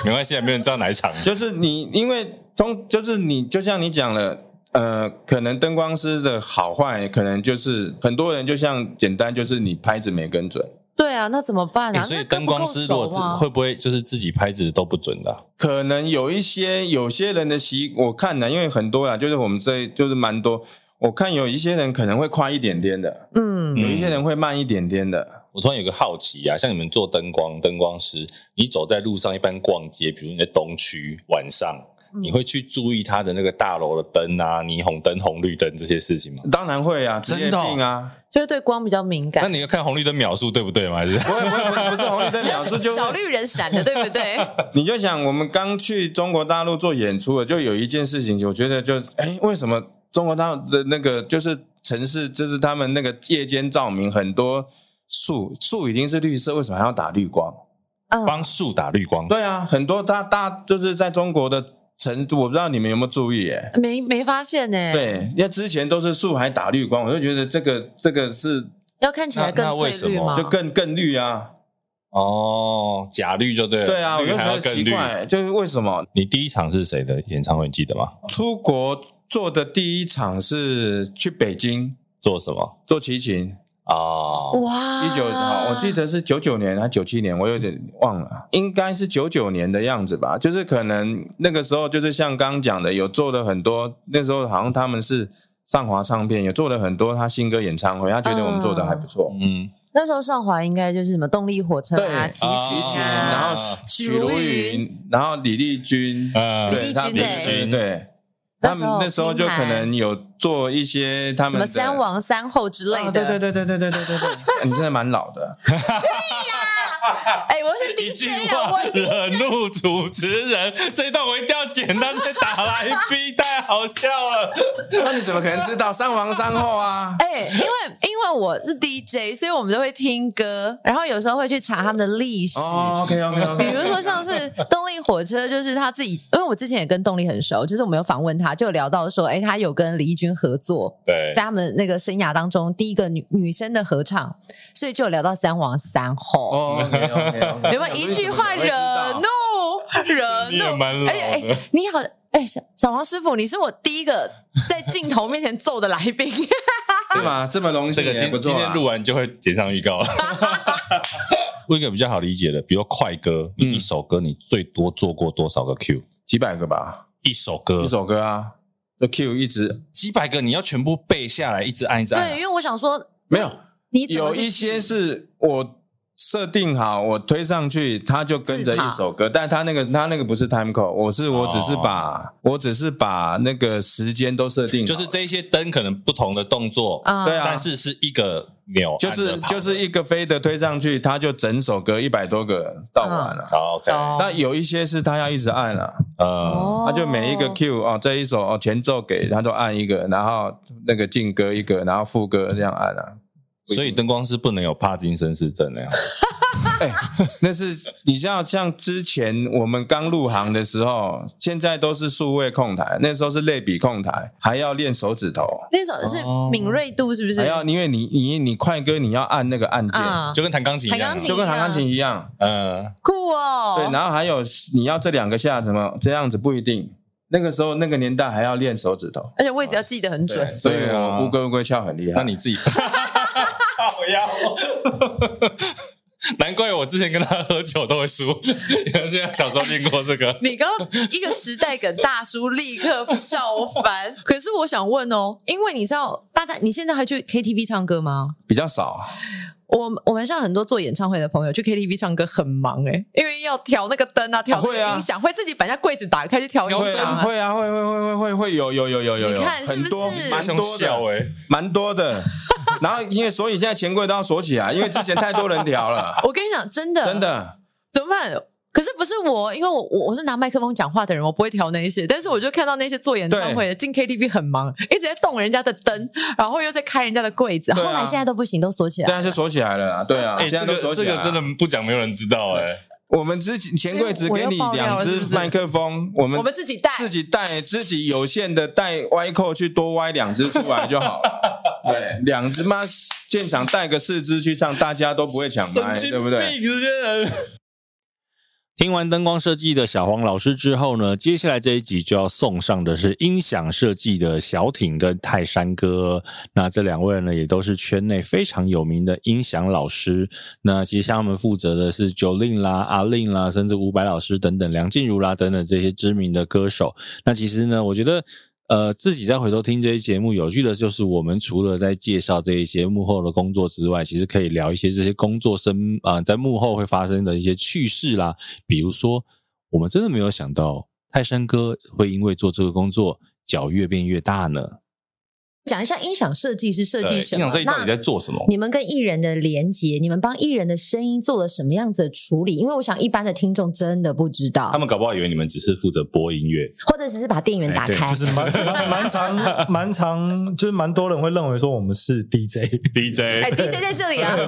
没关系，没有人知道哪一场。就是你，因为通就是你，就像你讲了，呃，可能灯光师的好坏，可能就是很多人就像简单，就是你拍子没跟准，对啊，那怎么办哎欸啊？所以那歌灯不够光师如果熟自啊会不会就是自己拍子都不准的啊、可能有一些有些人的习，我看呢，因为很多啦，啊就是我们这就是蛮多，我看有一些人可能会快一点点的，嗯有一些人会慢一点点的，我突然有个好奇啊，像你们做灯光，灯光师，你走在路上一般逛街，比如你在东区晚上，嗯你会去注意它的那个大楼的灯啊、霓虹灯、红绿灯这些事情吗？当然会啊，职业真的哦病啊，就是对光比较敏那感。你要看红绿灯秒数对不对吗？ 还是不会不会不 是不是红绿灯秒数， 就小绿人闪的，对不对？ 你就想我们刚去中国大陆做演出了，就有一件事情，我觉得就哎，为什么中国大陆的那个就是城市，就是他们那个夜间照明很多树树已经是绿色，为什么还要打绿光？嗯帮树打绿光？对啊，很多大大就是在中国的城，我不知道你们有没有注意哎、没没发现呢、，对，因为之前都是树还打绿光，我就觉得这个这个是要看起来更那那为翠什么绿吗？就更更绿啊，哦，假绿就对了。 对啊，我绿就还觉要得更奇绿。怪，就是为什么你第一场是谁的演唱会？你记得吗？出国做的第一场是去北京做什么？做齐秦，哦，哇，一九好，我记得是九九年还九七年，我有点忘了，应该是九九年的样子吧。就是可能那个时候，就是像刚刚讲的，有做了很多。那时候好像他们是上华唱片，有做了很多他新歌演唱会，他觉得我们做的还不错。嗯，那时候上华应该就是什么动力火车啊、对齐齐秦秦啊，然后许茹许茹芸，然后李丽君，嗯呃，李丽对，他君们欸对对，那他时们候那时候就可能有做一些他什们么的三王三后之类的。啊对对对对对对 对对对， 你真的蛮老 的。哎、我是一句 DJ 啊，话我惹怒主持人，这一段我一定要剪，他再打来宾，太好笑了。 那你怎么可能知道三王三 后啊？哎、因为因为我是 DJ，所以我们都会听歌，然后有时候会去查他们的历史。哦，OK OK OK，比如说像是动力火车，就是他自己，因为我之前也跟动力很熟，就是我们有访问他，就有聊到说，哎、他有跟李翊君合作，对在，他们那个生涯当中第一个女女生的合唱，所以就有聊到三王三后。哦，OK，OK，OK，有没有一句话惹怒？惹你也怒？蛮老而且哎的，你好，哎、小小黄师傅，你是我第一个在镜头面前揍的来宾。是吗？这么荣幸，这个也不今错今天啊录完就会剪上预告 了。问一个比较好理解的，比如快歌，嗯你一首歌你最多做过多少个 Q？几百个吧，一首歌一首歌啊，就 Q 一直几百个，你要全部背下来，一直按一直按对，啊因。为我想说，没有，你怎么有去一些是我设定好，我推上去，它就跟着自跑一首歌，但它那个它那个不是 time code，我是哦我只是把我只是把那个时间都设定好，就是这一些灯可能不同的动作，啊对啊但是是一个钮按就着跑的，是就是一个飞的推上去，它就整首歌一百多个到完嗯了。好 OK，懂那有一些是它要一直按了、啊，嗯，哦他就每一个 Q 哦，这一首哦前奏给他都按一个，然后那个进歌一个，然后副歌这样按啊。所以灯光师不能有帕金森氏症那 样。那是你像像之前我们刚入行的时候，现在都是数位控台，那时候是类比控台，还要练手指头，那首是敏锐度是不是还？要因为哦哎你你你快歌你要按那个按键，啊就跟弹钢琴一样、弹钢啊琴，就跟弹钢琴一样。嗯，酷哦。对，然后还有你要这两个下什么这样子不一定，那个时候那个年代还要练手指头，而且位置要记得很准。所以对啊我乌龟乌龟翘很厉害。那你自己，好呀，难怪我之前跟他喝酒都会输，原来是因为小时候练过这个。你刚刚一个时代梗大叔立刻笑翻。 可是我想问哦，因为你知道，大家你现在还去 KTV 唱歌吗？比较少，啊我我们像很多做演唱会的朋友去 KTV 唱歌很忙哎、因为要调那个灯啊，调那会啊个音响，会自己把人家柜子打开去调会音响、啊，会啊，会会会会会会有有有有有有，你看是不很多是蛮多笑的，哎、蛮多的。然后因为所以现在钱柜都要锁起来，因为之前太多人调了， 我跟你讲，真的真的。怎么办？可是不是我，因为我我我是拿麦克风讲话的人，我不会调那一些。但是我就看到那些做演唱会的进 KTV 很忙，一直在动人家的灯，然后又在开人家的柜子。对啊后来现在都不行，都锁起现来。在是锁起来了啊，对啊，哎、现在这都个锁这起来个啊真的，不讲没有人知道哎、我们之前钱柜只给你我又爆料两了是只不是麦克风，我们我们自己带，自己带自己有限的带歪扣去多歪两只出来就好了。对，两只妈现场带个四只去唱，大家都不会抢麦，对不对？这些人。听完灯光设计的小黄老师之后呢，接下来这一集就要送上的是音响设计的小挺跟泰山哥。那这两位呢，也都是圈内非常有名的音响老师。那其实像他们负责的是 Jolin 啦、阿令啦，甚至伍佰老师等等、梁静茹啦等等这些知名的歌手。那其实呢，我觉得。呃，自己再回头听这些节目，有趣的就是我们除了在介绍这一些幕后的工作之外，其实可以聊一些这些工作生啊、呃在幕后会发生的一些趣事啦。比如说，我们真的没有想到泰山哥会因为做这个工作脚越变越大呢？讲一下音响设计是设对，计音什么？那响设计到底在做什么？你们跟艺人的连接，你们帮艺人的声音做了什么样子的处理？因为我想一般的听众真的不知道他，们搞不好以为你们只是负责播音乐，或者只是把电源打哎对开就。是蛮蛮常 蛮常，就是蛮多人会认为说我们是 DJ， DJ，哎，DJ 在这里 啊，就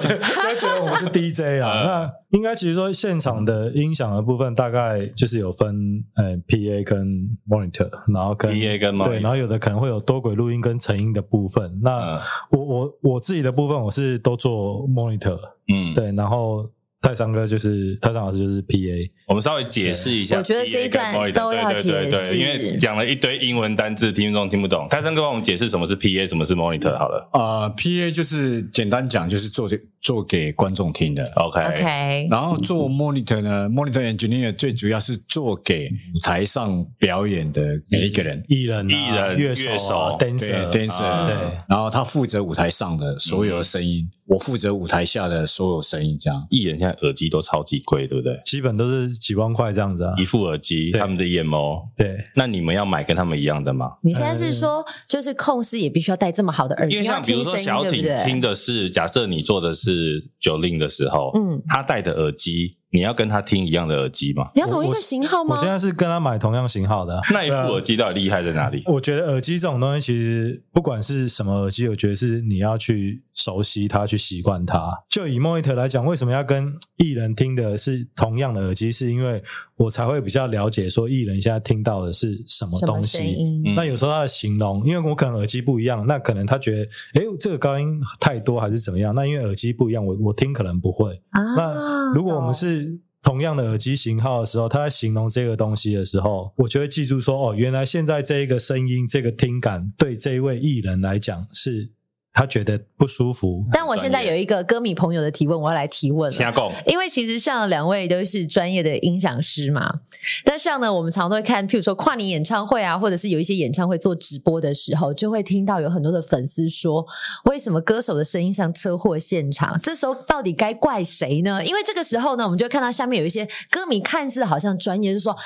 觉得我们是 DJ 嗯啊。那应该其实说现场的音响的部分，大概就是有分呃 PA 跟 monitor，然后跟 PA 跟 monitor 对，然后有的可能会有多轨录音跟成音的部分。那嗯我我我自己的部分，我是都做 monitor，嗯，对，然后泰山哥就是泰山老师就是 PA，我们稍微解释一下，我觉得这一段 PA 跟 monitor，都要对对对解对，释因为讲了一堆英文单字，听众听不懂。泰森哥帮我们解释什么是 PA，什么是 monitor 好了。呃，P A 就是简单讲，就是做这做给观众听的。 OK，, 嗯 OK，然后做 monitor 呢，monitor engineer 最主要是做给舞台上表演的每一个人，艺人、啊、艺人乐乐手、手啊、对 dancer、 dancer，对然后他负责舞台上的所嗯有的声音，我负责舞台下的所有声音，这样。艺人现在耳机都超级贵，对不对？基本都是几万块这样子啊。一副耳机，对他们的 EMO，对，嗯那你们要买跟他们一样的吗？你现在是说，就是控室也必须要戴这么好的耳机，哎因为像要比如听说声音，小对挺不对？听的是，假设你做的是九令的时候，嗯，他戴的耳机，你要跟他听一样的耳机吗？你要同一个型号吗我？现在是跟他买同样型号的啊、那一副耳机到底厉害在哪里？我觉得耳机这种东西，其实不管是什么耳机，我觉得是你要去熟悉它，去习惯它。就以 Monitor 来讲，为什么要跟艺人听的是同样的耳机？是因为我才会比较了解说艺人现在听到的是什么什么东声西。音？嗯那有时候他的形容，因为我可能耳机不一样，那可能他觉得，诶，这个高音太多还是怎么样？那因为耳机不一样，我我听可能不会。啊那如果我们是同样的耳机型号的时候，他在形容这个东西的时候，我就会记住说，哦，原来现在这一个声音、这个听感对这一位艺人来讲是他觉得不舒服。但我现在有一个歌迷朋友的提问，我要来提问了。瞎讲，因为其实像两位都是专业的音响师嘛，但像呢，我们常都会看，譬如说跨年演唱会啊，或者是有一些演唱会做直播的时候，就会听到有很多的粉丝说，为什么歌手的声音像车祸现场？这时候到底该怪谁呢？因为这个时候呢，我们就会看到下面有一些歌迷看似好像专业，就说啊，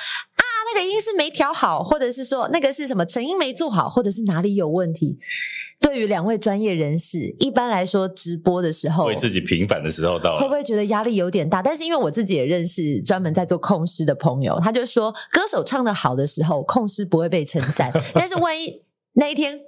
那个音是没调好，或者是说那个是什么成音没做好，或者是哪里有问题。对于两位专业人士，一般来说直播的时候，为自己平反的时候到会不了。会觉得压力哦有点大？但是因为我自己也认识专门在做控师的朋友，他就说，歌手唱的好的时候，控师不会被称 赞，但是万一那一天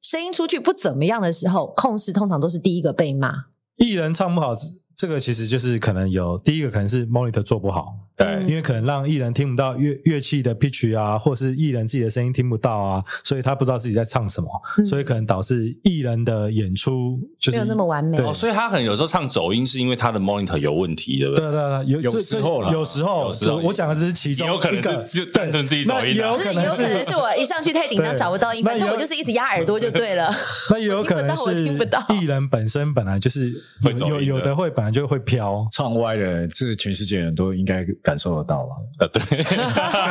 声音出去不怎么样的时候，控师通常都是第一个被 骂。艺人唱不好，这个其实就是可能有第一个可能是 monitor 做不好，对，嗯因为可能让艺人听不到乐乐器的 pitch 啊，或是艺人自己的声音听不到啊，所以他不知道自己在唱什么，嗯所以可能导致艺人的演出就没是有那么完美对哦，所以他很有时候唱走音是因为他的 monitor 有问题，对不对对？对对，有有这时候啦这有时候，有时候我我讲的只是其中也有可能一个是就对单纯自己走音的那也就有可是有可能能是我一上去太紧张，对找不到音，那反正有我就是一直压耳朵就对 了。那也有可能我是听不到我听不到艺人本身本来就是会有走音有的有的会本来就会飘，唱歪了，这全世界人都应该感受得到吧？呃，对。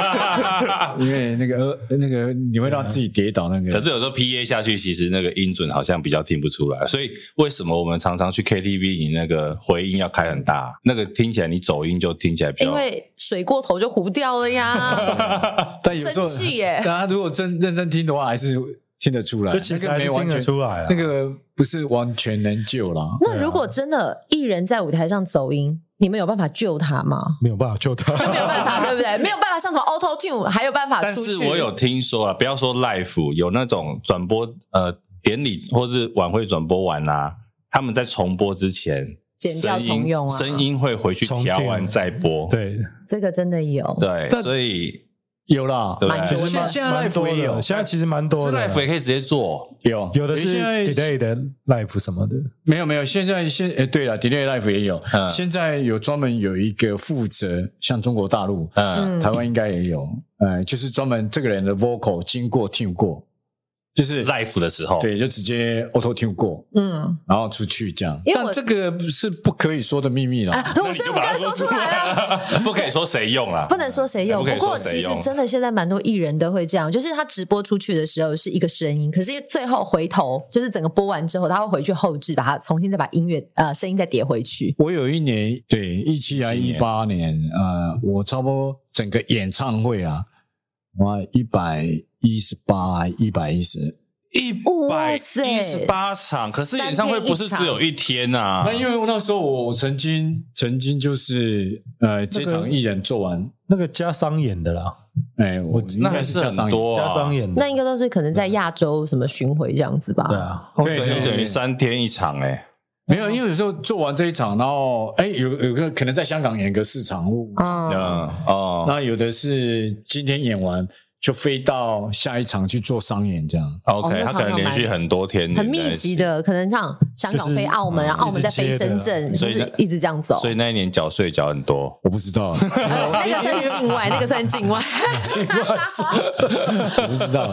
因为那个呃，那个你会让自己跌倒，那嗯个可是有时候 P A 下去，其实那个音准好像比较听不出来，所以为什么我们常常去 K T V，你那个回音要开很大，那个听起来你走音就听起来比较因为水过头就糊掉了 呀。但有时生候气 耶大家如果真认真听的话，还是听得出来，就其实那个还是没完听得全出来啊啊那个不是完全能救啦。那如果啊真的艺人在舞台上走音，你们有办法救他 吗？没有办法救他，没有办法，对不对？没有办法像什么 Auto Tune，还有办法但出去。是我有听说啊了，不要说 live，有那种转播呃典礼或是晚会转播完啦、啊他们在重播之前剪掉声音重用啊声音会回去调完再播。对，这个真的有。对，所以有啦，对不蛮对多其实现蛮现在蛮 live 多也有的，现在其实蛮多的， live 也可以直接做。有有的诶是现在 delay 的 live 什 么的，没有没有，现在现诶对了，delay life 也有，嗯现在有专门有一个负责，像中国大陆、嗯嗯，台湾应该也有，呃，就是专门这个人的 vocal 经过 tune 过，就是。 live 的时候，对，就直接 auto tune 过，嗯，然后出去这样。因为但我这个是不可以说的秘密啦。 啊，那我你所以就我把刚它才说出来啊了。了，不可以说谁用 啦，不能说谁用，啊不可不以说过其谁实用真的现在蛮多艺人都会这样，就是他直播出去的时候是一个声音，可是最后回头就是整个播完之后，他会回去后置，把它重新再把音乐呃声音再叠回去。我有一年，对，一七啊一八年，呃，我差不多整个演唱会啊，哇，一百一十八，一百一十，一哇百塞一十八场，可是演唱会不是只有一天啊呐、那因为那时候我我曾经曾经就是呃，这场艺人做完，那个加商演的啦，哎，我应那该还是是加很上多、加啊，商演的，那应该都是可能在亚洲什么巡回这样子吧？对啊，哦等于等于三天一场哎、没有，因为有时候做完这一场，然后哎，有有个可能在香港演个四场五场，啊，嗯哦，那有的是今天演完就飞到下一场去做商演，这样 OK，哦他可能连续很多天，很密集，的，可能像香港飞澳门，就是然后澳门再一飞直接的深圳，是啊所不以是一直这样走？所以那一年缴税缴很多。我不 知道，呃 那个算是境外，那个算是境外。 我不知道，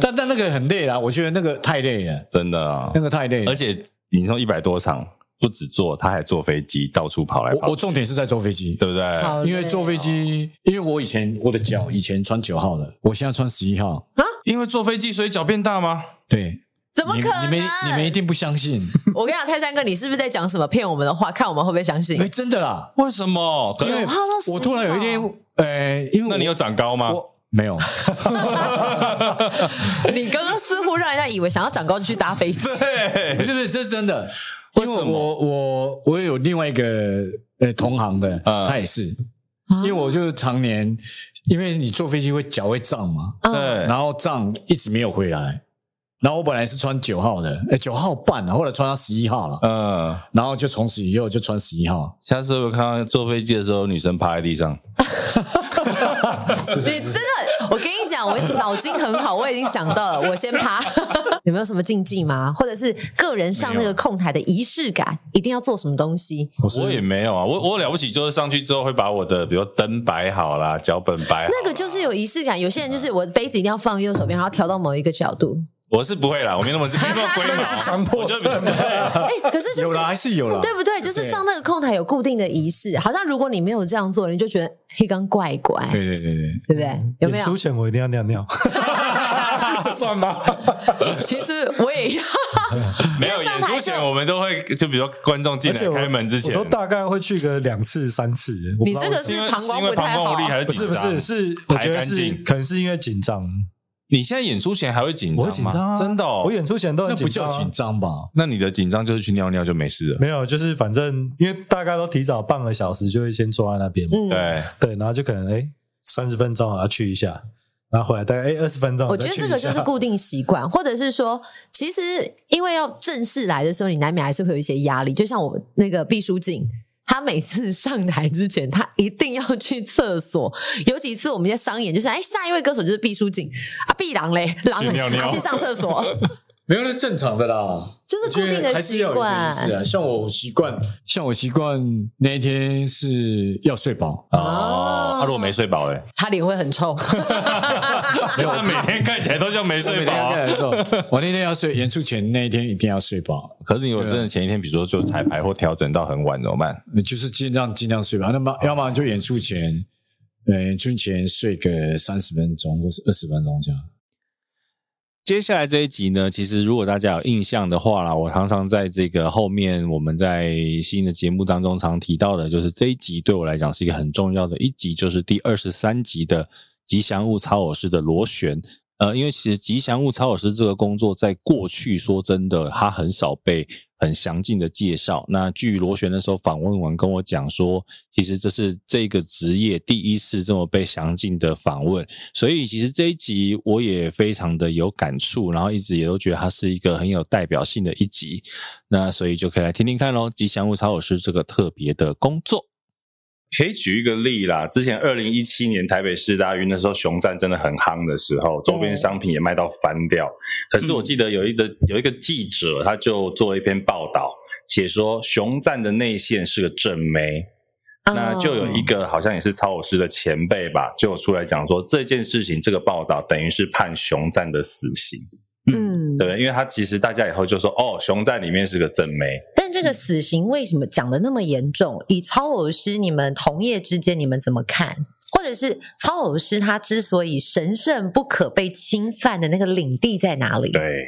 但但那个很累啦，啊我觉得那个太累了，真的啊、那个太累了而。且你说一百多场，不止坐，他还坐飞机到处跑来我跑我去，重点是在坐飞机，对不对？好哎哦因为坐哦飞机，因为我以前我的脚以前穿九号的，我现在穿十一号。因为坐飞机所以脚变大吗？对，怎么你可能？你们你们一定不相信， 我跟你讲，泰山哥，你是不是在讲什么骗我们的话？看我们会不会相信哎，？真的啦，为什么？可因为九号到十一号我突然有一天，呃，因为那我你有长高吗？我没有，你刚刚似乎让人家以为想要长高就去搭飞机。 不是不是，这是真的。因为为什么我我我有另外一个呃同行的，嗯他也是，因因为我就常年，因为你坐飞机会脚会胀嘛，啊对，然后胀一直没有回来，然后我本来是穿九号的，哎九号半啊，后来穿到十一号了，嗯，然后就从此以后就穿十一号，下次我看到坐飞机的时候，女生趴在地上，你真的，我跟你讲，我脑筋很好，我已经想到了，我先爬。 有没有什么禁忌吗？或者是个人上那个控台的仪式感，一定要做什么东西？我也没有啊，我我了不起就是上去之后会把我的比如说灯摆好啦， 脚本摆好啦，那个就是有仪式感。有些人就是我杯子一定要放右手边，然后调到某一个角度。我是不会啦，我没那么没那么龟 毛，啊强迫症，哎、可是就有是啦还是有啦，对啊不对？就是上那个控台有固定的仪式，好像如果你没有这样做，你就觉得黑刚怪怪，对对对对，对不对？有没演出有？前我一定要尿尿， 这算 吗？其实我也要，没有因为上演台出就前我们都会，就比如说观众进而且来我开门之前，我都大概会去个两次三次。我不你知道这为个什么因是膀胱为因为不太膀胱好无力。还是不紧是不张？是是，我觉得排干是净可能是因为紧张，你现在演出前还会紧我张会吗？紧张啊，真的哦。我演出前都那很不紧叫张啊紧张吧？那你的紧张就是去尿尿就没事了。没有，就是反正因为大概都提早半个小时，就会先坐在那边嘛。嗯，对，对，然后就可能哎三十分钟啊去一下，然后回来大概哎二十分钟，我觉得这个就是固定习惯，或者是说，其实因为要正式来的时候，你难免还是会有一些压力。就像我那个毕书尽，他每次上台之前，他一定要去厕所。有几次我们在商演，就是哎，下一位歌手就是毕书尽啊，毕狼嘞，狼去嘞尿尿他去上厕所， 没有，那正常的啦，就是固定我觉得的还是习要有一个仪式惯。啊。像我习惯，像我习惯那一天是要睡饱，哦，他如果没睡饱嘞，他脸会很 臭，他每天 看起来都像没睡饱 啊。的时候，我那天要睡，演出前那一天一定要睡饱，可是你有真的前一天，比如说就彩排或调整到很晚怎么办？就是尽量尽量睡饱。那么要么就演出前，呃，演出前睡个三十分钟或是二十分钟这样。接下来这一集呢，其实如果大家有印象的话啦，我常常在这个后面我们在新的节目当中常提到的，就是这一集对我来讲是一个很重要的一集，就是第二十三集的吉祥物操偶师的螺旋。呃，因为其实吉祥物操偶师这个工作，在过去说真的，它很少被很详尽的介绍。那据螺旋的时候访问完跟我讲说，其实这是这个职业第一次这么被详尽的访问。所以其实这一集我也非常的有感触，然后一直也都觉得它是一个很有代表性的一集。那所以就可以来听听看喽，吉祥物操偶师这个特别的工作。可以举一个例啦，之前二零一七年台北市大运那时候熊战真的很夯的时候，周边商品也卖到翻掉。可是我记得有一则有一个记者，他就做了一篇报道，写说熊战的内线是个正妹，那就有一个好像也是曹老师的前辈吧，就有出来讲说这件事情，这个报道等于是判熊赞的死刑，嗯，对不对？因为他其实大家以后就说，哦，熊赞里面是个正妹，但这嗯个死刑为什么讲的那么严重？以操偶师你们同业之间你们怎么看？或者是操偶师他之所以神圣不可被侵犯的那个领地在哪里？对。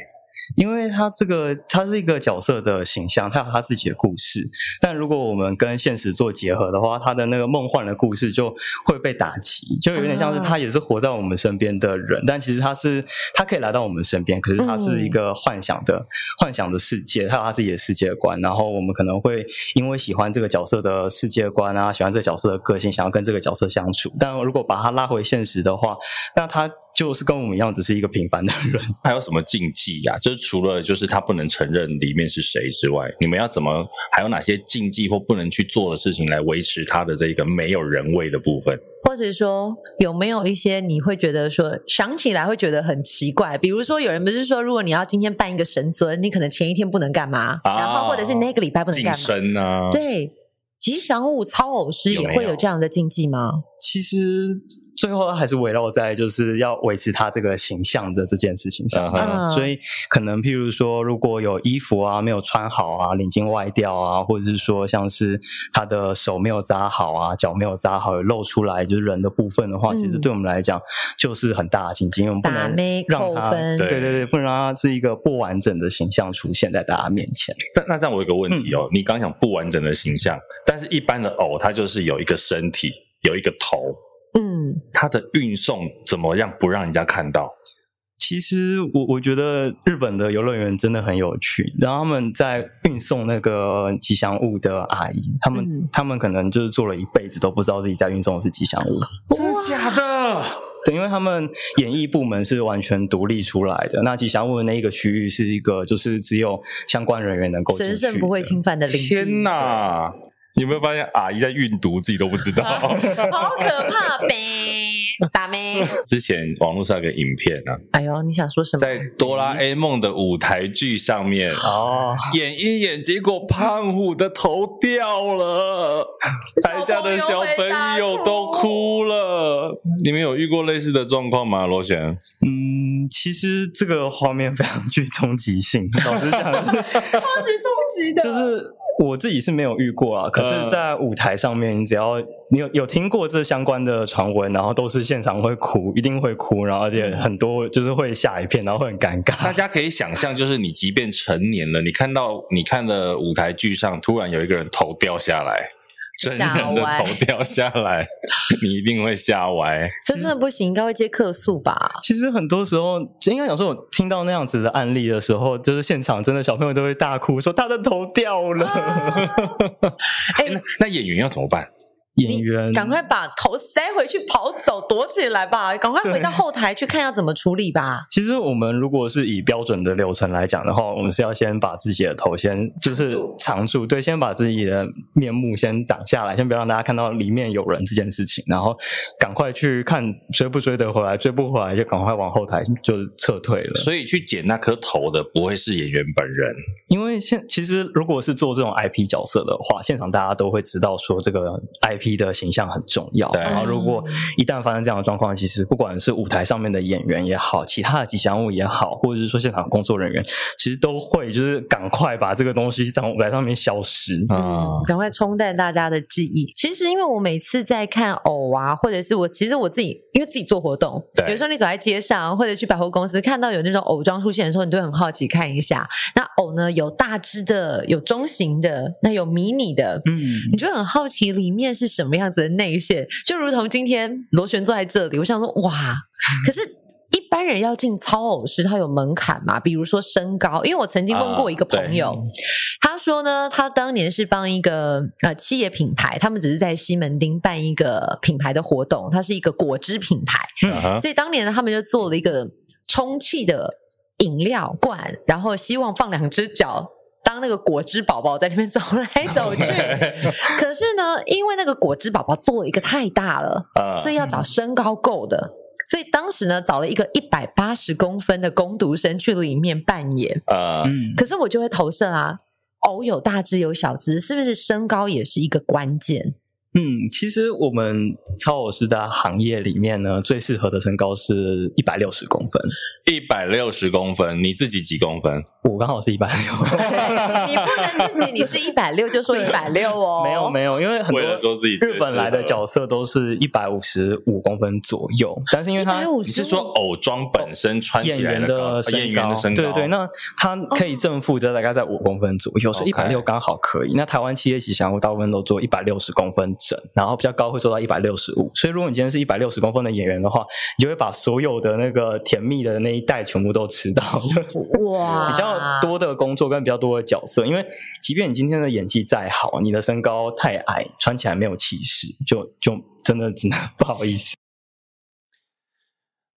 因为他这个他是一个角色的形象，他有他自己的故事。但如果我们跟现实做结合的话，他的那个梦幻的故事就会被打击，就有点像是他也是活在我们身边的人，但其实他是他可以来到我们身边，可是他是一个幻想的、幻想的世界，他有他自己的世界观。然后我们可能会因为喜欢这个角色的世界观啊，喜欢这个角色的个性，想要跟这个角色相处。但如果把他拉回现实的话，那他就是跟我们一样，只是一个平凡的人。 还有什么禁忌呀、就是除了就是他不能承认里面是谁之外，你们要怎么还有哪些禁忌或不能去做的事情来维持他的这个没有人味的部分？或者说有没有一些你会觉得说想起来会觉得很奇怪？比如说有人不是说，如果你要今天办一个神尊，你可能前一天不能干嘛，啊然后或者是那个礼拜不能晋干嘛。升啊，，对，吉祥物操偶师有也没会有有这样的禁忌吗？其实最后还是围绕在就是要维持他这个形象的这件事情上。嗯所以可能譬如说，如果有衣服啊没有穿好啊，领巾外掉啊，或者是说像是他的手没有扎好啊，脚没有扎好，有露出来就是人的部分的话，嗯其实对我们来讲就是很大的禁忌，因为我们不打能妹让扣他。分，对对对，不能让他是一个不完整的形象出现在大家面前。但那这样我有个问题哦，你刚讲不完整的形象，但是一般的偶它就是有一个身体，有一个头，嗯，它的运送怎么样不让人家看到？其实我我觉得日本的游乐园真的很有趣，然后他们在运送那个吉祥物的阿姨，他们、嗯他们可能就是做了一辈子都不知道自己在运送的是吉祥物，真的假的？对，因为他们演艺部门是完全独立出来的，那吉祥物的那一个区域是一个就是只有相关人员能够进神去圣不会的侵犯的领地，天哪！你有没有发现阿姨在运毒，自己都不知 道？好可怕呗，打妹。 之前网络上有个影片啊，哎呦，你想说什么？在哆啦 A 梦的舞台剧上面哦，演一演，结果胖虎的头掉了，台下的小朋友都哭了。你们有遇过类似的状况吗？罗璇，嗯，其实这个画面非常具冲击性，老实讲，超级冲击 的，就是我自己是没有遇过啊，可嗯是，在舞台上面，你只要你有有听过这相关的传闻，然后都是现场会哭，一定会哭，然后而嗯且很多就是会吓一片，然后会很尴大尬。家可以想象，就是你即便成年了，你看到你看的舞台剧上，突然有一个人头掉下来，真人的吓头歪掉下来，你一定会吓歪。这真的不行，应该会接客诉吧？其实很多时候，应该讲说，我听到那样子的案例的时候，就是现场真的小朋友都会大哭，说他的头掉了。 哎、那那演员要怎么办？演员赶快把头塞回去，跑走，躲起来吧！赶快回到后台去看要怎么处理吧。其实我们如果是以标准的流程来讲的话，我们是要先把自己的头先就是藏住，对，先把自己的面目先挡下来，先不要让大家看到里面有人这件事情，然后赶快去看追不追得回来，追不回来就赶快往后台就撤退了。所以去剪那颗头的不会是演员本人，因为现其实如果是做这种 IP 角色的话，现场大家都会知道说这个 IP 的形象很重要。对然后如果一旦发生这样的状况，其实不管是舞台上面的演员也好，其他的吉祥物也好，或者是说现场工作人员，其实都会就是赶快把这个东西从舞台上面消失。嗯啊，赶快冲淡大家的记忆。其实，因为我每次在看偶啊，或者是我其实我自己，因为自己做活动，对比如说你走在街上或者去百货公司，看到有那种偶装出现的时候，你都会很好奇看一下。那偶呢，有大只的，有中型的，那有迷你的，嗯你就会很好奇里面是什么样子的内线，就如同今天螺旋坐在这里，我想说哇，可是一般人要进操偶室，他有门槛嘛？比如说身高，因为我曾经问过一个朋友，他说呢，他当年是帮一个呃企业品牌，他们只是在西门町办一个品牌的活动，它是一个果汁品牌，啊哈所以当年呢，他们就做了一个充气的饮料罐，然后希望放两只脚。当那个果汁宝宝在那边走来走 去，可是呢，因为那个果汁宝宝做了一个太大了，啊所以要找身高够的。所以当时呢，找了一个一百八十公分的工读生去里面扮演。啊，嗯，可是我就会投射啊，偶有大只有小只，是不是身高也是一个关键？嗯，其实我们超偶师的行业里面呢，最适合的身高是一百六十公分。一百六十公分，你自己几公分？我刚好是一百六， 你不能自己你是一百六就说一百六哦，没有没有，因为很多为了说自己最日本来的适合角色都是一百五十五公分左右，但是因为他155你是说偶装本身穿演起来员高的呃演员的身高？对对，那他可以正负的大概在五公分左右，所以一百哦 OK 六刚好可以。那台湾企业吉祥物大部分都做一百六十公分整，然后比较高会做到一百六十五。所以如果你今天是一百六十公分的演员的话，你就会把所有的那个甜蜜的那一代全部都吃到，哇，比较多的工作跟比较多的角色。因为即便你今天的演技再好，你的身高太矮，穿起来没有气势，就就真的只能不好意思。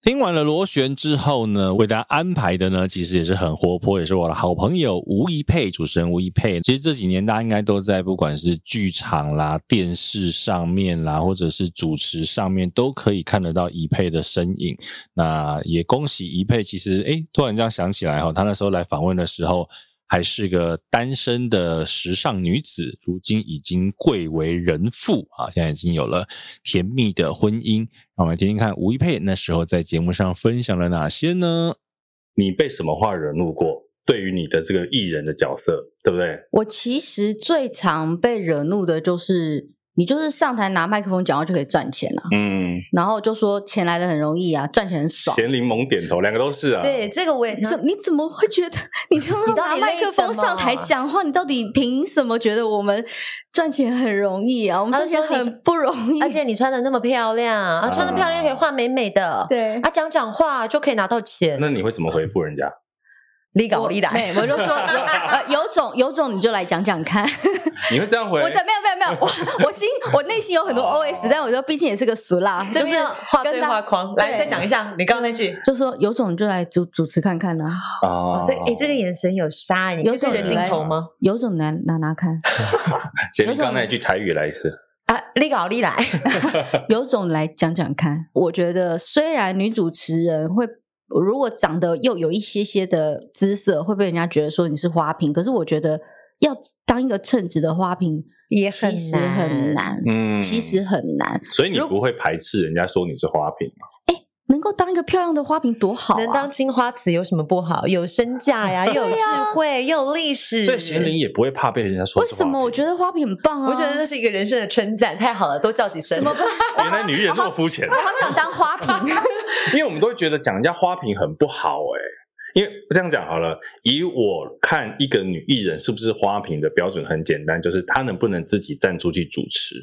听完了螺旋之后呢，为大家安排的呢，其实也是很活泼，也是我的好朋友吴一佩，主持人吴一佩。其实这几年大家应该都在，不管是剧场啦、电视上面啦，或者是主持上面，都可以看得到一佩的身影。那也恭喜一佩，其实诶，突然这样想起来哈，她那时候来访问的时候。还是个单身的时尚女子，如今已经贵为人妇啊！现在已经有了甜蜜的婚姻。让我们来听听看吴一佩那时候在节目上分享了哪些呢？你被什么话惹怒过？对于你的这个艺人的角色，对不对？我其实最常被惹怒的就是，你就是上台拿麦克风讲话就可以赚钱啊，嗯，然后就说钱来的很容易啊，赚钱很爽。咸柠檬点头，两个都是啊。对，这个我也怎你怎么会觉得你 常常拿麦克风上台讲话，你到底凭什么觉得我们赚钱很 容易啊？我们而赚且钱你很不容 易，而且你穿的那么漂亮啊，穿的漂亮可以画美美的，对啊，讲讲话就可以拿到钱，那你会怎么回复人家？你搞你没来，我就说有呃有种有种你就来讲讲看。你会这样回？我在没有没有没有，我我心我内心有很多 OS，但我就毕竟也是个俗辣，这就边是要画对跟他画框，来对再讲一下你刚刚那句。就说有种就来主主持看看啊，啊哦，这哎、诶这个眼神有杀，你有可以对种着你镜来头吗？？有种拿拿拿看咸柠刚那一句台语来一次。啊，你搞你来， 有种来讲讲看。我觉得虽然女主持人会。如果长得又有一些些的姿色，会被人家觉得说你是花瓶。可是我觉得要当一个称职的花瓶也其很实很难，嗯其实很难。所以你不会排斥人家说你是花瓶吗？能够当一个漂亮的花瓶多好啊！能当金花瓷有什么不好？有身价 呀，又有智慧，又有历史。所以咸柠也不会怕被人家说为是花什瓶。么？我觉得花瓶很棒啊！我觉得这是一个人生的称赞，太好了，多叫几声。 原来女艺人这么肤浅我，好想当花 瓶。因为我们都会觉得讲人家花瓶很不好哎、因为这样讲好了，以我看一个女艺人是不是花瓶的标准很简单，就是她能不能自己站出去主持。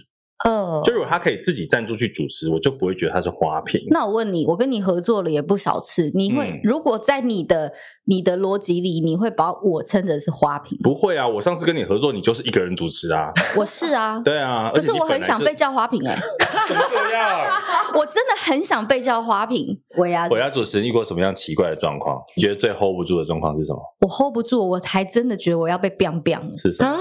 嗯，就如果她可以自己站出去主持，我就不会觉得她是花瓶。那我问你，我跟你合作了也不少次，你会、嗯如果在你的你的逻辑里，你会把我称的是花瓶？不会啊，我上次跟你合作，你就是一个人主持 啊， 我是啊，对啊。可是我很想被叫叫花瓶哎、 这样。 我真的很想被叫花瓶。我啊呀，我要主持人遇过什么样奇怪的状况？你觉得最 hold 不住的状况是什么？我 hold 不住，我还真的觉得我要被 biang biang 了。是什么？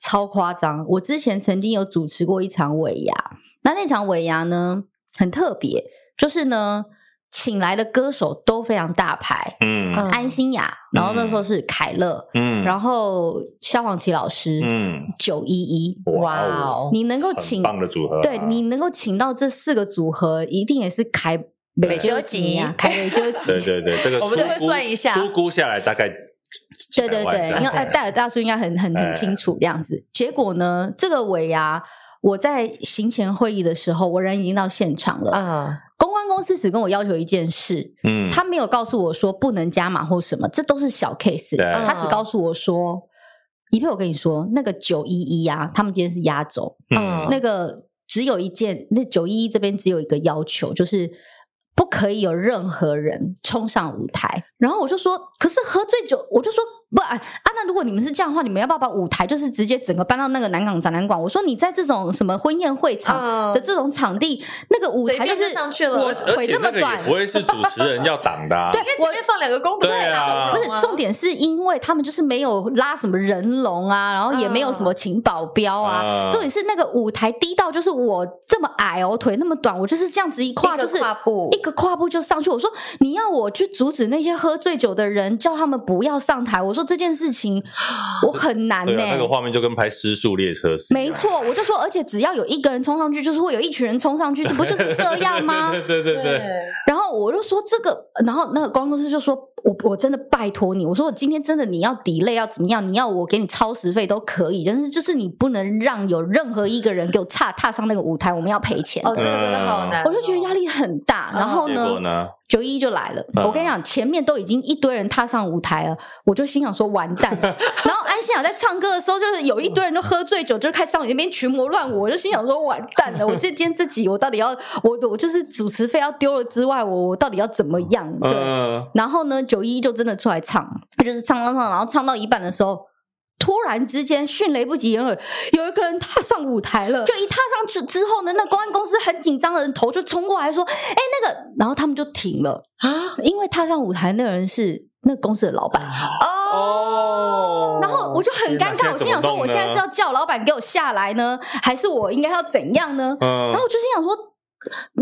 超夸张！我之前曾经有主持过一场尾牙，那那场尾牙呢很特别，就是呢请来的歌手都非常大牌，嗯安心雅，然后那时候是凯乐，嗯，然后萧煌奇老师，嗯，九一一，哇哇哦，哦，你能够很请，棒的组合啊，对你能够请到这四个组合，一定也是凯美究究极 极啊，凯美究 对极。对对，这个我们都粗会估算一下粗估下来大概对对对，因为哎，戴尔大叔应该很很哎很清楚这样子。结果呢，这个尾牙，我在行前会议的时候，我人已经到现场了。啊，公关公司只跟我要求一件事，嗯，他没有告诉我说不能加码或什么，这都是小 case 对。他只告诉我说，一佩，我跟你说，那个九一一啊，他们今天是压轴，嗯那个只有一件，那九一一这边只有一个要求，就是不可以有任何人冲上舞台。然后我就说，可是喝醉酒，我就说不啊啊！那如果你们是这样的话，你们要不要把舞台就是直接整个搬到那个南港展览馆？我说你在这种什么婚宴会啊场的这种场地，那个舞台随便就是上去了而我而腿且这么那个也短不。会是主持人要挡的啊， 对应该前面放两个公主，对啊不是重点，是因为他们就是没有拉什么人龙啊，然后也没有什么请保镖啊嗯。重点是那个舞台低到就是我这么矮哦，腿那么短，我就是这样子一跨跨就是跨步一，个跨步就上去。我说你要我去阻止那些喝醉酒的人，叫他们不要上台。我说说这件事情，我很难欸呢、对啊，那个画面就跟拍《失速列车》似的。没错，我就说，而且只要有一个人冲上去，就是会有一群人冲上 去，这不就是这样吗？对对对对对然后我就说这个，然后那个公关公司就说，我我真的拜托你，我说我今天真的你要 delay 要怎么样，你要我给你超时费都可以，但是就是你不能让有任何一个人给我踏踏上那个舞台，我们要赔钱。哦，这个真的好难哦、我就觉得压力很大。然后结果呢？九一就来了，嗯我跟你讲，前面都已经一堆人踏上舞台了，我就心想说完蛋。然后安心啊雅在唱歌的时候，就是有一堆人都喝醉酒，就开始上那边群魔乱舞，我就心想说完蛋了，我这今天自己我到底要我我就是主持费要丢了之外，我我到底要怎么样？对，嗯然后呢，九一就真的出来唱，他就是唱唱唱，然后唱到一半的时候，突然之间迅雷不及掩耳，有一个人踏上舞台了。就一踏上去之后呢，那公安公司很紧张的人头就冲过来说：“哎，那个。”然后他们就停了啊，因为踏上舞台那人是那公司的老板。哦，然后我就很尴尬，我心想说，我现在是要叫老板给我下来呢，还是我应该要怎样呢？嗯然后我就心想说。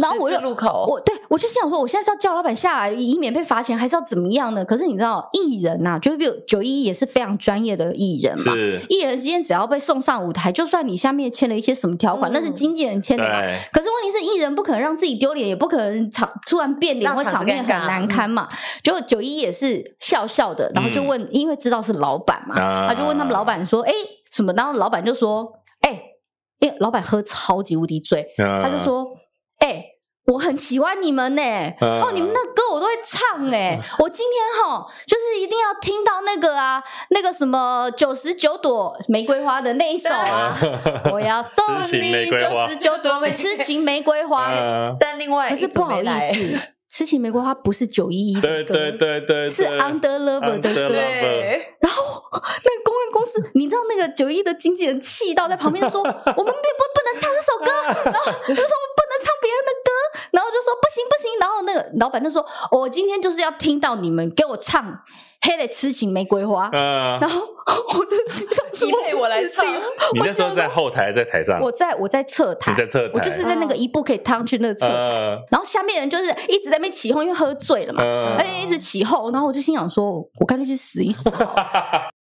然后我就路口，我对我就心想说，我现在是要叫老板下来，以免被罚钱，还是要怎么样呢？可是你知道，艺人呐、就是比如九一也是非常专业的艺人嘛，是艺人之间只要被送上舞台，就算你下面签了一些什么条款，那嗯是经纪人签的嘛。对可是问题是，艺人不可能让自己丢脸，也不可能场突然变脸，让或场子场面很尴尬嗯难堪嘛。结果九一也是笑笑的，然后就问，因为知道是老板嘛，嗯啊他就问他们老板说：“哎，什么？”然后老板就说：“哎，因为老板喝超级无敌醉，啊他就说：‘哎、我很喜欢你们呢、啊哦，你们那歌我都会唱哎、嗯我今天哈就是一定要听到那个啊，那个什么九十九朵玫瑰花的那一首啊，我要送嗯 痴情你玫九瑰花十九朵玫痴情玫瑰花。嗯但另外可是一不组好没意来思，痴情玫瑰花不是九一一的对歌，对对对，是 Under Lover 的 Under 歌。 Lover 对，然后那个公关公司，你知道那个九一的经纪人气到在旁边说：“我们并不不能唱这首歌。”然后就说：“不能唱别人的歌。”然后就说：“不行不行。”然后那个老板就说：“我今天就是要听到你们给我唱《黑的痴情玫瑰花》。嗯然，后我就 心想说：“匹配我来唱你那时候在后台，在台上，我在我在侧台，你在侧台我就是在那个一步可以踏上去那个侧台。呃，然后下面人就是一直在那边起哄，因为喝醉了嘛，嗯而且一直起哄。然后我就心想说，我干脆去死一死好了。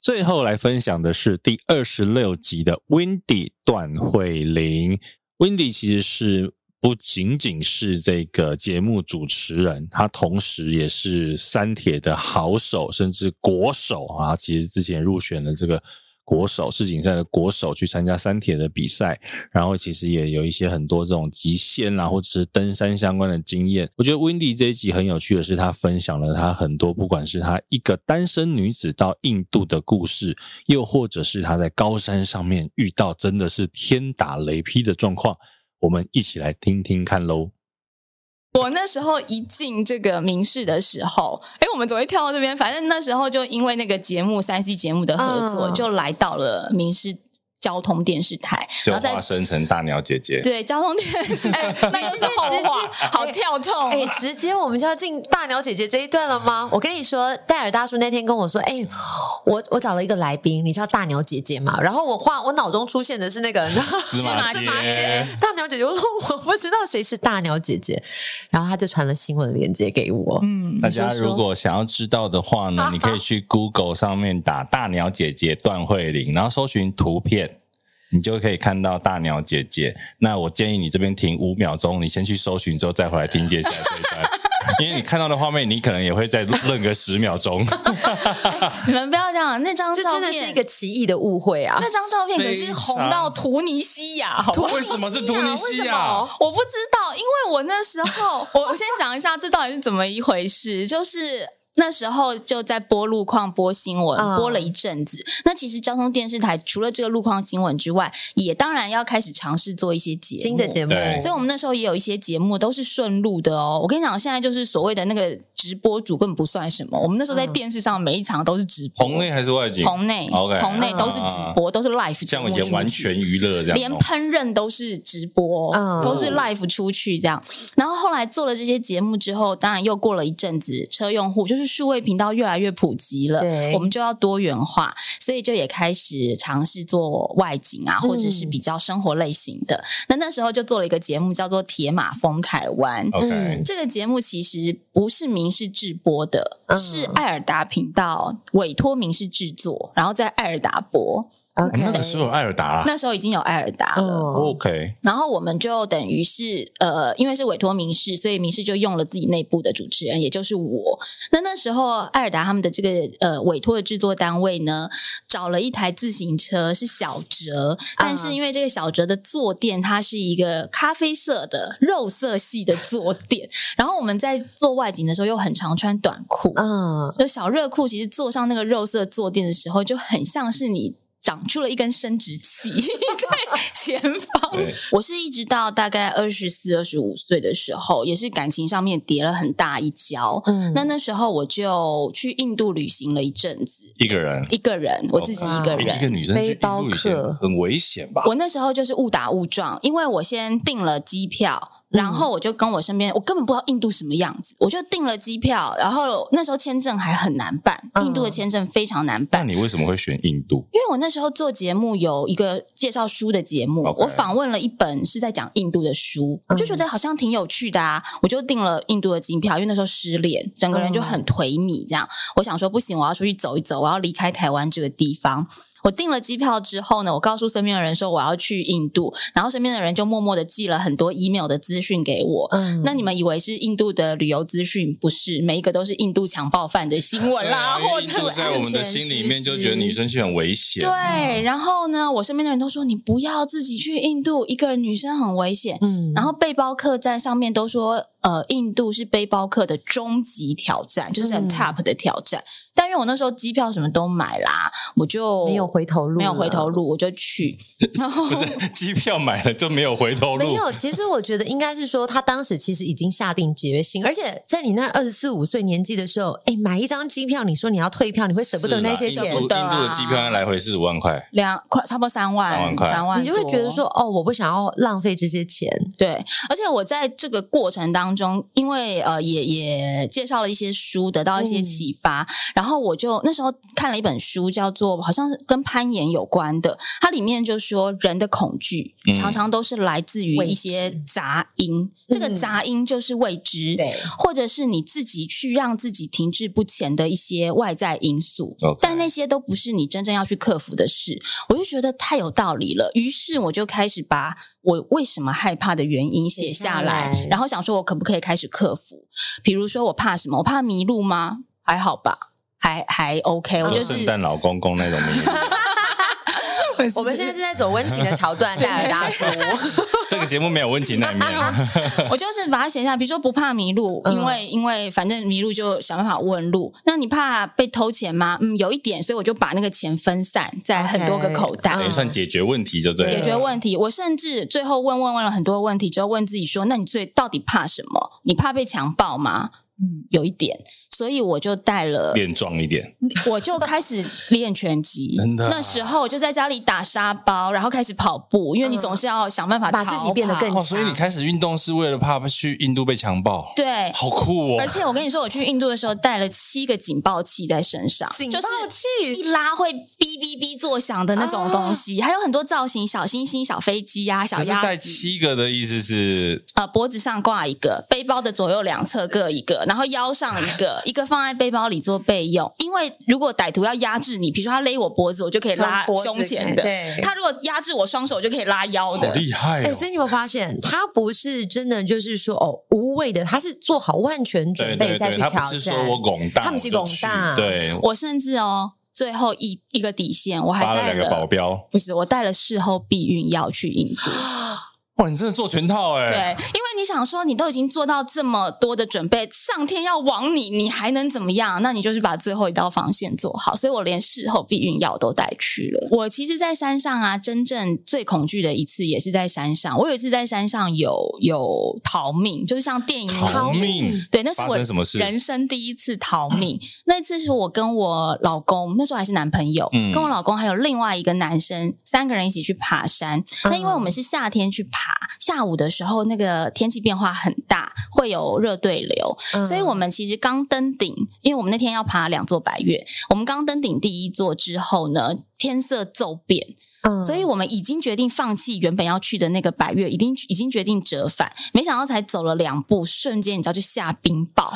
最后来分享的是第二十六集的 Windy 段慧玲。Windy 其实是不仅仅是这个节目主持人，她同时也是三铁的好手，甚至国手啊。其实之前入选了这个国手世锦赛的国手去参加三铁的比赛，然后其实也有一些很多这种极限啦，或者是登山相关的经验。我觉得 Wendy 这一集很有趣的是，她分享了她很多，不管是她一个单身女子到印度的故事，又或者是她在高山上面遇到真的是天打雷劈的状况，我们一起来听听看喽。我那时候一进这个民视的时候，哎，我们总会跳到这边。反正那时候就因为那个节目三 C 节目的合作，嗯就来到了民视交通电视台，就然后在化身成大鸟姐姐，对交通电 视，哎，那又是后话，好跳痛。哎、直接我们就要进大鸟姐姐这一段了吗？我跟你说，戴尔大叔那天跟我说，哎、我我找了一个来宾，你叫大鸟姐姐嘛？然后我画我脑中出现的是那个 芝麻芝街麻街大鸟姐姐，我说我不知道谁是大鸟姐姐，然后他就传了新闻链接给我，嗯大家 如果想要知道的话 呢，你可以去 Google 上面打“大鸟姐姐段慧玲”，然后搜寻图片，你就可以看到大鸟姐姐。那我建议你这边停五秒钟，你先去搜寻之后再回来听接下来这一 段，因为你看到的画面，你可能也会再愣个十秒 钟。你们不要这样，那张这照真的是一片个。奇异的误会啊！那张照片可是红到图尼西亚，好不好为什么是图尼西亚？我不知道，因为我那 时候，我我先讲一下这到底是怎么一回事，就是。那时候就在播路况、播新闻嗯，播了一阵子。那其实交通电视台除了这个路况新闻之外，也当然要开始尝试做一些节目。新的节目，对所以我们那时候也有一些节目都是顺路的哦。我跟你讲，现在就是所谓的那个直播主根本不算什么。我们那时候在嗯电视上每一场都是直播，棚内还是外景？棚内 OK，啊棚内都是嗯直播，都是 live 像直播以前出完去全娱乐这样弄，哦连烹饪都是直播，嗯都是 live 出去这样。然后后来做了这些节目之后，当然又过了一阵子，车用户就是数位频道越来越普及了对，我们就要多元化，所以就也开始尝试做外景嗯啊，或者是比较生活类型的。那那时候就做了一个节目，叫做《铁马风台湾》。 OK，嗯这个节目其实不是民民视制播的，是艾尔达频道委托民视制作，然后在艾尔达播。哦那个时候有艾尔达啦那时候已经有艾尔达了。 ，OK，然后我们就等于是呃，因为是委托民事，所以民事就用了自己内部的主持人，也就是我。那那时候艾尔达他们的这个呃委托的制作单位呢，找了一台自行车是小哲，但是因为这个小哲的坐垫它是一个咖啡色的肉色系的坐垫，然后我们在做外景的时候又很常穿短裤，嗯，就小热裤，其实坐上那个肉色坐垫的时候，就很像是你。长出了一根生殖器在前方，我是一直到大概二十四、二十五岁的时候，也是感情上面跌了很大一跤。嗯那那时候我就去印度旅行了一阵子，一个人，一个人，我自己一个人，嗯哦一个女生去印度旅行很危险吧？我那时候就是误打误撞，因为我先订了机票。然后我就跟我身边，我根本不知道印度什么样子，我就订了机票。然后那时候签证还很难办，印度的签证非常难办。那你为什么会选印度？因为我那时候做节目有一个介绍书的节目 OK 嗯我访问了一本是在讲印度的书，我就觉得好像挺有趣的啊，我就订了印度的机票，因为那时候失恋，整个人就很颓靡，这样、我想说不行，我要出去走一走，我要离开台湾这个地方。我订了机票之后呢，我告诉身边的人说我要去印度，然后身边的人就默默的寄了很多 email 的资讯给我。嗯那你们以为是印度的旅游资讯？不是，每一个都是印度强暴犯的新闻啦，啊因或为印者度是在我们的安全心里面须就知觉得女生去很危险，对，然后呢，我身边的人都说你不要自己去印度，一个人女生很危险。嗯，然后背包客栈上面都说，呃，印度是背包客的终极挑战，就是很嗯 top 的挑战。但因为我那时候机票什么都买啦，我就没有回头路没有了回头路，我就去。然后 不是机票买了就没有回头路，没有，其实我觉得应该是说，他当时其实已经下定决心，而且在你那二十四五岁年纪的时候，哎，买一张机票，你说你要退票，你会舍不得那些是啦钱啊印度印度的机票来回四五万块，两快差不多三万，三万块三万你就会多觉得说，哦，我不想要浪费这些钱。对，而且我在这个过程当中，因为呃也也介绍了一些书，得到一嗯些启发，然后我就那时候看了一本书，叫做好像是跟攀岩有关的，它里面就说人的恐惧、嗯常常都是来自于未一些杂音，这个杂音就是未知，嗯对，或者是你自己去让自己停滞不前的一些外在因素 OK 但那些都不是你真正要去克服的事。我就觉得太有道理了，于是我就开始把我为什么害怕的原因写下来，写下来然后想说我可不可以开始克服？比如说我怕什么？我怕迷路吗？还好吧，还还 OK。我就就是圣 诞老公公那种迷路。我们现在是在走温情的桥 段，戴尔大叔。这个节目没有温情那一 面，我就是把它写下来，比如说不怕迷路，嗯因为因为反正迷路就想办法问路。那你怕被偷钱吗？嗯，有一点，所以我就把那个钱分散在很多个 口袋。也哎算解决问题，就对了。解决问题，我甚至最后问问问了很多问题之后，问自己说：那你最到底怕什么？你怕被强暴吗？嗯，有一点，所以我就带了，练壮一点，我就开始练拳击。 真的啊那时候我就在家里打沙包，然后开始跑步，因为你总是要想办法把自己逃跑变得更哦，所以你开始运动是为了怕去印度被强暴，对，好酷哦！而且我跟你说，我去印度的时候带了七个警报器在身上，警报器一拉会哔哔哔作响的那种啊东西，还有很多造型，小星星、小飞机呀、小可是鸭带子。七个的意思是，呃，脖子上挂一个，背包的左右两侧各一个，然后腰上一个，一个放在背包里做备用。因为如果歹徒要压制你，比如说他勒我脖子，我就可以拉从脖子胸前的开始；对他如果压制我双手，我就可以拉腰的。害哦哎、所以你有没有发现，他不是真的就是说哦无谓的，他是做好万全对准备对再去挑对，他战。不是说我拱大，他们是我就拱大去对，我甚至哦，最后一一个底线，嗯我还发了带两个保镖。不是，我带了事后避孕药去印度。哇，你真的做全套哎、对，因为你想说，你都已经做到这么多的准备，上天要亡你，你还能怎么样？那你就是把最后一道防线做好。所以我连事后避孕药都带去了。我其实，在山上啊，真正最恐惧的一次也是在山上。我有一次在山上有有逃命，就是像电影里面逃命对，那是发我生什么事人生第一次逃命。那次是我跟我老公，那时候还是男朋友，嗯跟我老公还有另外一个男生，三个人一起去爬山。那因为我们是夏天去爬，下午的时候那个天气变化很大，会有热对流，所以我们其实刚登顶，因为我们那天要爬两座白月，我们刚登顶第一座之后呢，天色骤变。所以我们已经决定放弃原本要去的那个百越，已经已经决定折返，没想到才走了两步，瞬间你知道就下冰雹，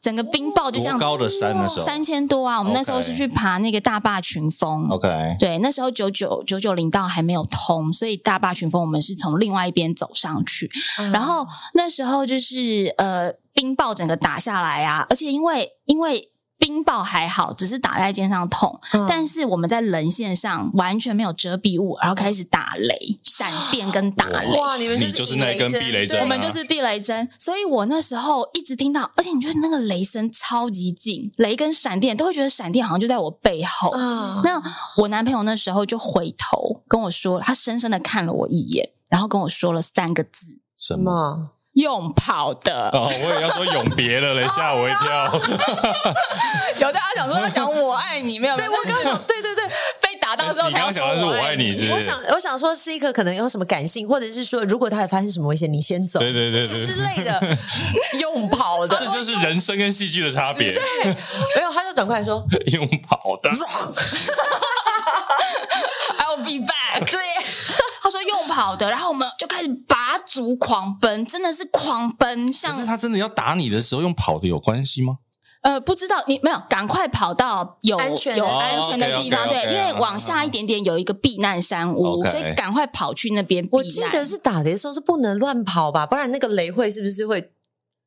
整个冰雹就这样多高的山那时候三千多啊！我们那时候是去爬那个大坝群峰 OK 对，那时候九九九九零道还没有通，所以大坝群峰我们是从另外一边走上去，然后那时候就是呃冰雹整个打下来啊，而且因为因为。冰雹还好，只是打在肩上痛，但是我们在棱线上完全没有遮蔽物，然后开始打雷、闪电跟打雷。哇你们就是你就是避那雷根针避雷针啊我们就是避雷针。所以我那时候一直听到，而且你觉得那个雷声超级近，雷跟闪电都会觉得闪电好像就在我背后。嗯那我男朋友那时候就回头跟我说，他深深的看了我一眼，然后跟我说了三个字：什么？用跑的。哦，我也要说永别了嘞，吓我一跳。有的他想说他讲我爱你，没 有？哎对我刚想，对对对，被打到之后你刚刚才要想的是说我爱你是不是我想我想说是一个可能有什么感性，或者是说如果他还发生什么危险，你先走，对对对对，之类的， 用跑的，这就是人生跟戏剧的差别。对，没有，他就转过来说 用跑的， I'll be back。对，他说用跑的，然后我们就开始拔足狂奔，真的是狂奔，可是像他真的要打你的时候用跑的有关系吗？呃不知道你没有赶快跑到有安全的有地方安全的地方，哦对， ，OK，OK，OK，因为往下一点点有一个避难山屋， OK 所哎以哎赶快跑去那边避难。我记得是打雷的时候是不能乱跑吧，不然那个雷会是不是会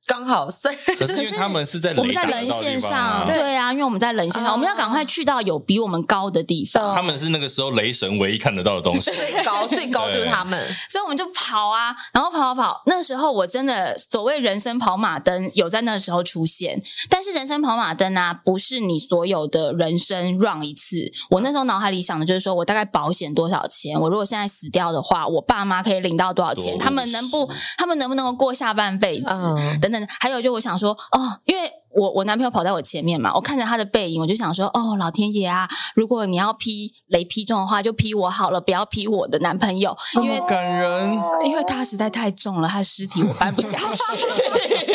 刚好虽 然可是因为他们是在我们雷在达棱到线地方上，啊，对啊，因为我们在棱线上，我们要赶快去到有比我们高的地方。他们是那个时候雷神唯一看得到的东西。最 高最高就是他们，所以我们就跑啊，然后跑跑跑。那时候我真的所谓人生跑马灯有在那时候出现，但是人生跑马灯啊，不是你所有的人生 run 一次。我那时候脑海里想的就是说，我大概保险多少钱？我如果现在死掉的话，我爸妈可以领到多少钱？他们能不，他们能不能够过下半辈子？嗯等等。还有就我想说，哦，因为。我我男朋友跑在我前面嘛，我看着他的背影，我就想说，哦，老天爷啊！如果你要劈雷劈中的话，就劈我好了，不要劈我的男朋友，因为哦感人，因为他实在太重了，他的尸体我搬不下 去，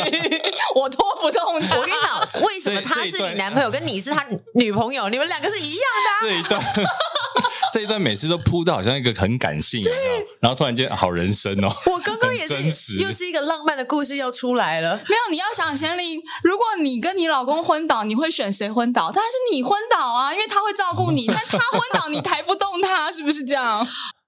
我拖不动他。我跟你 讲，为什么他是你男朋友，跟你是他女朋友，你们两个是一样的、啊？这一段， 这一段每次都铺的好像一个很感性，有啊没有然后突然间好人生哦，我刚刚也很真实是，又是一个浪漫的故事要出来了。没有，你要想贤玲，如果你跟你老公昏倒，你会选谁昏倒？当然是你昏倒啊，因为他会照 顾你，但他昏倒你抬不动他，是不是这样？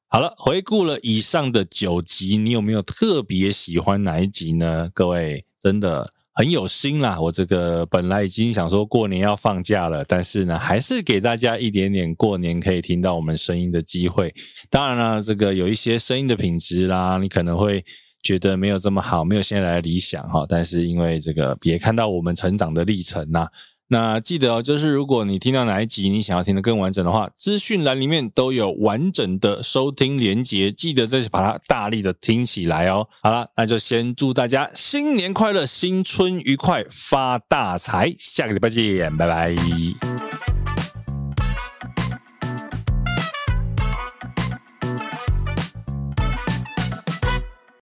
好了，回顾了以上的九集，你有没有特别喜欢哪一集呢？各位真的很有心啦！我这个本来已经想说过年要放假了，但是呢，还是给大家一点点过年可以听到我们声音的机会。当然啦，这个有一些声音的品质啦，你可能会觉得没有这么好，没有现在来的理想哈。但是因为这个也看到我们成长的历程呐、那记得哦，就是如果你听到哪一集你想要听得更完整的话，资讯栏里面都有完整的收听连结，记得再把它大力的听起来哦。好啦，那就先祝大家新年快乐，新春愉快，发大财，下个礼拜见，拜拜。